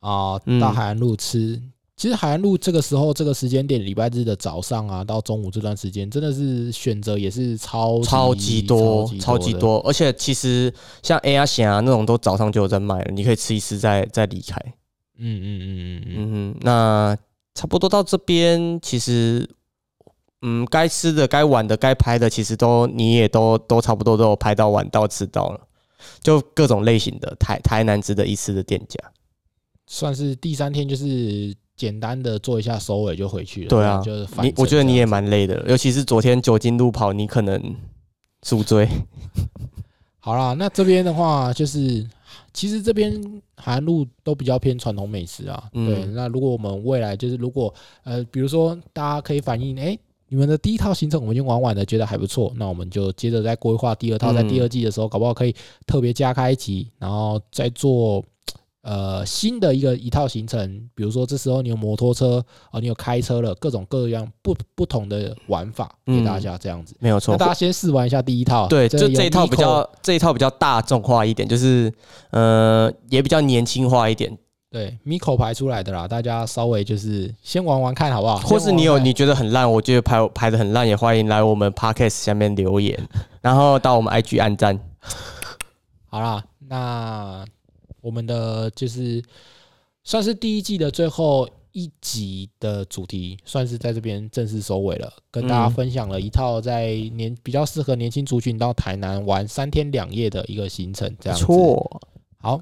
Speaker 2: 啊、
Speaker 1: 嗯
Speaker 2: 到海岸路吃。其实海岸路这个时候这个时间点，礼拜日的早上啊，到中午这段时间，真的是选择也是超
Speaker 1: 超级多，超
Speaker 2: 超
Speaker 1: 级
Speaker 2: 的。
Speaker 1: 多，而且其实像 A R 险啊那种都早上就有在卖了，你可以吃一吃再再离开。
Speaker 2: 嗯嗯嗯嗯嗯，
Speaker 1: 嗯哼，那差不多到这边，其实嗯，该吃的、该玩的、该拍的，其实都你也都都差不多都有拍到、玩到、吃到了，就各种类型的台台南值得一吃的店家。
Speaker 2: 算是第三天就是简单的做一下收尾就回去了。
Speaker 1: 对啊
Speaker 2: 就是返
Speaker 1: 你
Speaker 2: 程
Speaker 1: 我觉得你
Speaker 2: 这
Speaker 1: 也
Speaker 2: 样子
Speaker 1: 蛮累的，尤其是昨天酒精路跑，你可能宿醉。
Speaker 2: 好啦。那这边的话，就是其实这边海岸路都比较偏传统美食啊。
Speaker 1: 嗯
Speaker 2: 对，那如果我们未来就是如果呃，比如说大家可以反映，哎、你们的第一套行程我们已经玩完了，觉得还不错，那我们就接着再规划第二套，在
Speaker 1: 嗯
Speaker 2: 第二季的时候，搞不好可以特别加开一集，然后再做呃新的一个一套行程。比如说这时候你有摩托车，哦，你有开车了，各种各样不不同的玩法给大家这样子。
Speaker 1: 没有嗯错
Speaker 2: 那，大家先试玩一下第一套，
Speaker 1: 对，就
Speaker 2: 有
Speaker 1: 这一套
Speaker 2: Nico
Speaker 1: 比较这一套比较大众化一点，就是呃也比较年轻化一点，
Speaker 2: 对 Miko 排出来的啦，大家稍微就是先玩玩看好不好？
Speaker 1: 或是
Speaker 2: 先玩玩
Speaker 1: 你有
Speaker 2: 看
Speaker 1: 你觉得很烂，我觉得拍拍的很烂，也欢迎来我们 podcast 下面留言，然后到我们 IG 按赞。
Speaker 2: 好啦，那我们的就是算是第一季的最后一集的主题，算是在这边正式收尾了，跟大家
Speaker 1: 嗯
Speaker 2: 分享了一套在年比较适合年轻族群到台南玩三天两夜的一个行程，这样子。
Speaker 1: 错，
Speaker 2: 好，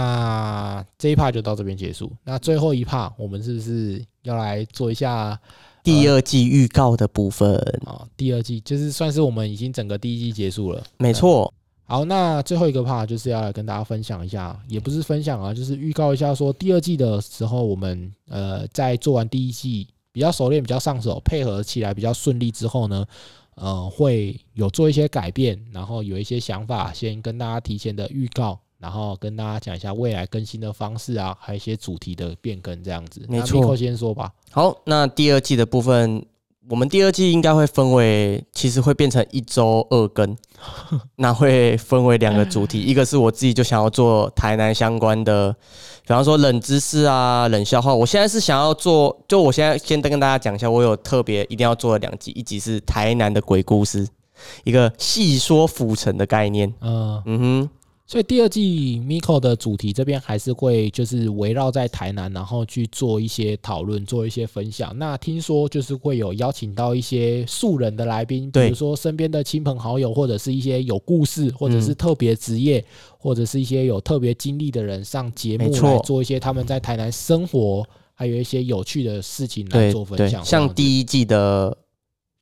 Speaker 2: 那这一趴就到这边结束。那最后一趴，我们是不是要来做一下
Speaker 1: 第二季预告的部分，
Speaker 2: 啊？第二季就是算是我们已经整个第一季结束了。
Speaker 1: 没错，
Speaker 2: 好，那最后一个 part 就是要来跟大家分享一下，也不是分享啊，就是预告一下，说第二季的时候，我们呃在做完第一季比较熟练、比较上手，配合起来比较顺利之后呢，呃，会有做一些改变，然后有一些想法，先跟大家提前的预告，然后跟大家讲一下未来更新的方式啊，还有一些主题的变更这样子。
Speaker 1: 没
Speaker 2: 那
Speaker 1: 错
Speaker 2: Miko 先说吧。
Speaker 1: 好，那第二季的部分，我们第二季应该会分为，其实会变成一周二 更，那会分为两个主题，一个是我自己就想要做台南相关的，比方说冷知识啊、冷笑话。我现在是想要做，就我现在先跟大家讲一下，我有特别一定要做的两集，一集是台南的鬼故事，一个细说府城的概念。
Speaker 2: 嗯，
Speaker 1: 嗯哼，
Speaker 2: 所以第二季 Miko 的主题这边还是会就是围绕在台南，然后去做一些讨论，做一些分享。那听说就是会有邀请到一些素人的来宾，比
Speaker 1: 对
Speaker 2: 如说身边的亲朋好友，或者是一些有故事，或者是特别职业，或者是一些有特别经历的人上节
Speaker 1: 嗯
Speaker 2: 目
Speaker 1: 没错
Speaker 2: 来做一些他们在台南生活，还有一些有趣的事情来
Speaker 1: 对
Speaker 2: 做分
Speaker 1: 对，
Speaker 2: 享。
Speaker 1: 像
Speaker 2: 一
Speaker 1: 第一季的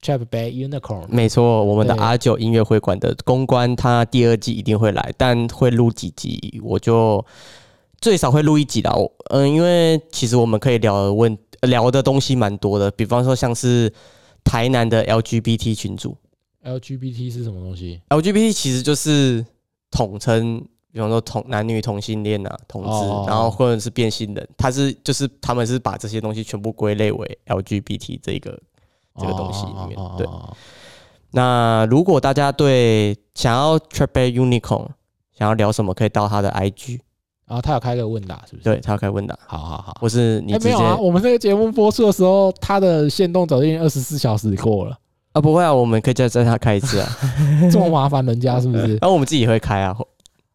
Speaker 2: Trap Bay Unicorn，
Speaker 1: 没错，我们的
Speaker 2: 对
Speaker 1: 阿九音乐会馆的公关，他第二季一定会来，但会录几集，我就最少会录一集啦。我嗯，因为其实我们可以聊的问呃聊的东西蛮多的，比方说像是台南的 LGBT 群组
Speaker 2: LGBT 是什么东西？
Speaker 1: ，LGBT 其实就是统称。比方说同男女同性恋啊，同志
Speaker 2: 哦
Speaker 1: 然后或者是变性人，他是就是他们是把这些东西全部归类为 LGBT 这个这个东西
Speaker 2: 哦
Speaker 1: 里面对那如果大家对想要 t r a p e Unicorn 想要聊什么，可以到他的 IG，
Speaker 2: 然后哦啊他有开个问答，是不是？
Speaker 1: 对他可以问答，
Speaker 2: 好好好。
Speaker 1: 或是你
Speaker 2: 哎，
Speaker 1: 直
Speaker 2: 没
Speaker 1: 接
Speaker 2: 有啊，我们这个节目播出的时候，它的限动早就已经二十四小时过了，
Speaker 1: 啊不会啊，我们可以再再他开一次啊，
Speaker 2: 这么麻烦人家是不是？
Speaker 1: 然后我们自己也会开啊，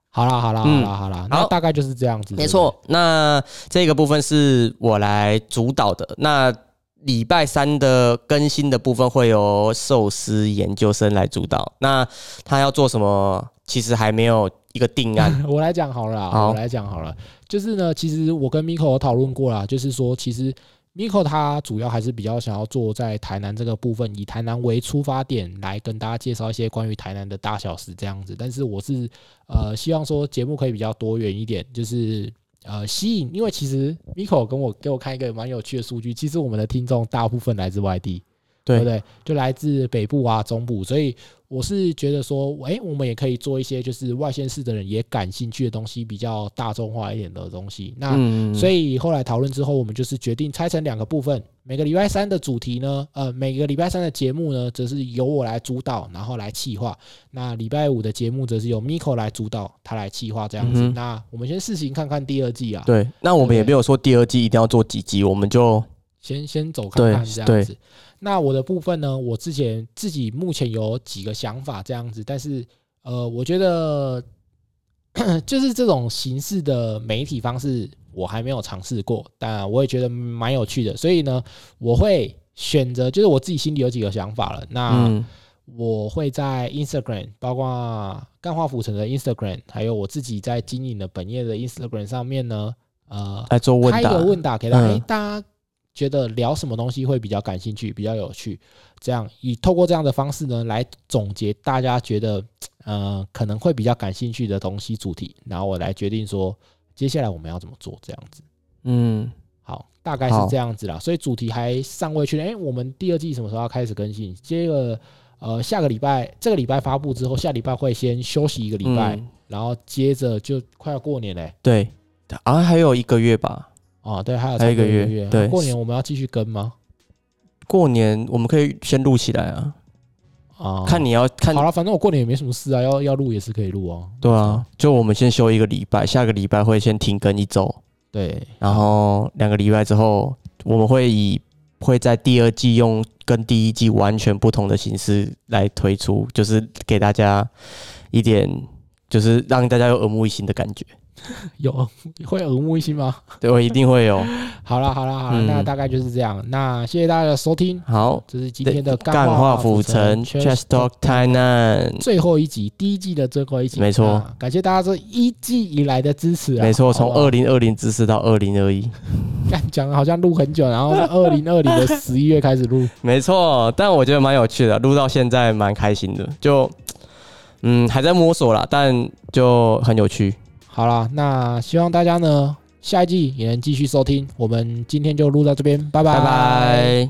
Speaker 2: 好啦，好啦，好
Speaker 1: 嗯
Speaker 2: 啦，好啦，那大概就是这样子。
Speaker 1: 没错，那这个部分是我来主导的。那礼拜三的更新的部分会由寿司研究生来主导。那他要做什么，其实还没有一个定案。
Speaker 2: 对不对，我来讲好了啦，啊
Speaker 1: 好
Speaker 2: 我来讲好了。就是呢，其实我跟 Miko 有讨论过啦，就是说，其实 Miko 他主要还是比较想要做在台南这个部分，以台南为出发点来跟大家介绍一些关于台南的大小事这样子。但是我是呃，希望说节目可以比较多元一点，就是。呃，吸引，因为其实 Miko 跟我给我看一个蛮有趣的数据，其实我们的听众大部分来自外地， 对不对？就来自北部啊、中部，所以我是觉得说，哎、我们也可以做一些就是外县市的人也感兴趣的东西，比较大众化一点的东西。那、
Speaker 1: 嗯
Speaker 2: 所以后来讨论之后，我们就是决定拆成两个部分。每个礼拜三的主题呢，呃，每个礼拜三的节目呢，则是由我来主导，然后来企划。那礼拜五的节目则是由 Miko 来主导，他来企划这样子。
Speaker 1: 嗯哼
Speaker 2: 那我们先试行看看第二季啊，
Speaker 1: 对，那我们也没有说第二季一定要做几集，我们就
Speaker 2: 先先走看
Speaker 1: 对
Speaker 2: 看这样
Speaker 1: 对
Speaker 2: 子。那我的部分呢，我之前自己目前有几个想法这样子，但是呃，我觉得 就是这种形式的媒体方式我还没有尝试过，但我也觉得蛮有趣的，所以呢，我会选择就是我自己心里有几个想法了，那。
Speaker 1: 嗯
Speaker 2: 我会在 Instagram，包括干化浮城的 Instagram，还有我自己在经营的本业的 Instagram 上面呢，呃，
Speaker 1: 来做问
Speaker 2: 开一
Speaker 1: 答
Speaker 2: 个。问答给大家，
Speaker 1: 嗯
Speaker 2: 诶大家觉得聊什么东西会比较感兴趣，比较有趣？这样以透过这样的方式呢，来总结大家觉得呃可能会比较感兴趣的东西主题，然后我来决定说接下来我们要怎么做，这样子。
Speaker 1: 嗯，
Speaker 2: 好，大概是
Speaker 1: 好
Speaker 2: 这样子啦。所以主题还尚未确定。哎、我们第二季什么时候要开始更新？接着呃，下个礼拜，这个礼拜发布之后，下礼拜会先休息一个礼拜，
Speaker 1: 嗯
Speaker 2: 然后接着就快要过年嘞、
Speaker 1: 对，好像还有一个月吧。
Speaker 2: 哦，对，还有
Speaker 1: 还有一
Speaker 2: 差不多
Speaker 1: 个
Speaker 2: 一
Speaker 1: 月
Speaker 2: 月，
Speaker 1: 对
Speaker 2: 过年我们要继续更吗？
Speaker 1: 过年我们可以先录起来啊，
Speaker 2: 啊、
Speaker 1: 看你要看
Speaker 2: 好了，反正我过年也没什么事啊，要要录也是可以录哦。
Speaker 1: 对啊，就我们先休一个礼拜，下个礼拜会先停更一周，
Speaker 2: 对，
Speaker 1: 然后两个礼拜之后，我们会以会在第二季用跟第一季完全不同的形式来推出，就是给大家一点，就是让大家有耳目一新的 感觉。
Speaker 2: 有会耳目一新吗？
Speaker 1: 对，我一定会有。
Speaker 2: 好了，好了，好了，
Speaker 1: 嗯
Speaker 2: 那大概就是这样。那谢谢大家的收听，
Speaker 1: 好，
Speaker 2: 这是今天的
Speaker 1: 干化
Speaker 2: 化
Speaker 1: 浮城 c h e s t Talk 台南，
Speaker 2: 最后一集，第一季的最后一集，
Speaker 1: 没错
Speaker 2: 那感谢大家这一季以来的支持啊！
Speaker 1: 没错，从
Speaker 2: 好不好
Speaker 1: 二零二零知识到二零二一，
Speaker 2: 干讲的好像录很久，然后二零二零的十一月开始录，
Speaker 1: 没错。但我觉得蛮有趣的，录到现在蛮开心的，就嗯还在摸索啦，但就很有趣。
Speaker 2: 好啦，那希望大家呢下一季也能继续收听，我们今天就录到这边，拜
Speaker 1: 拜拜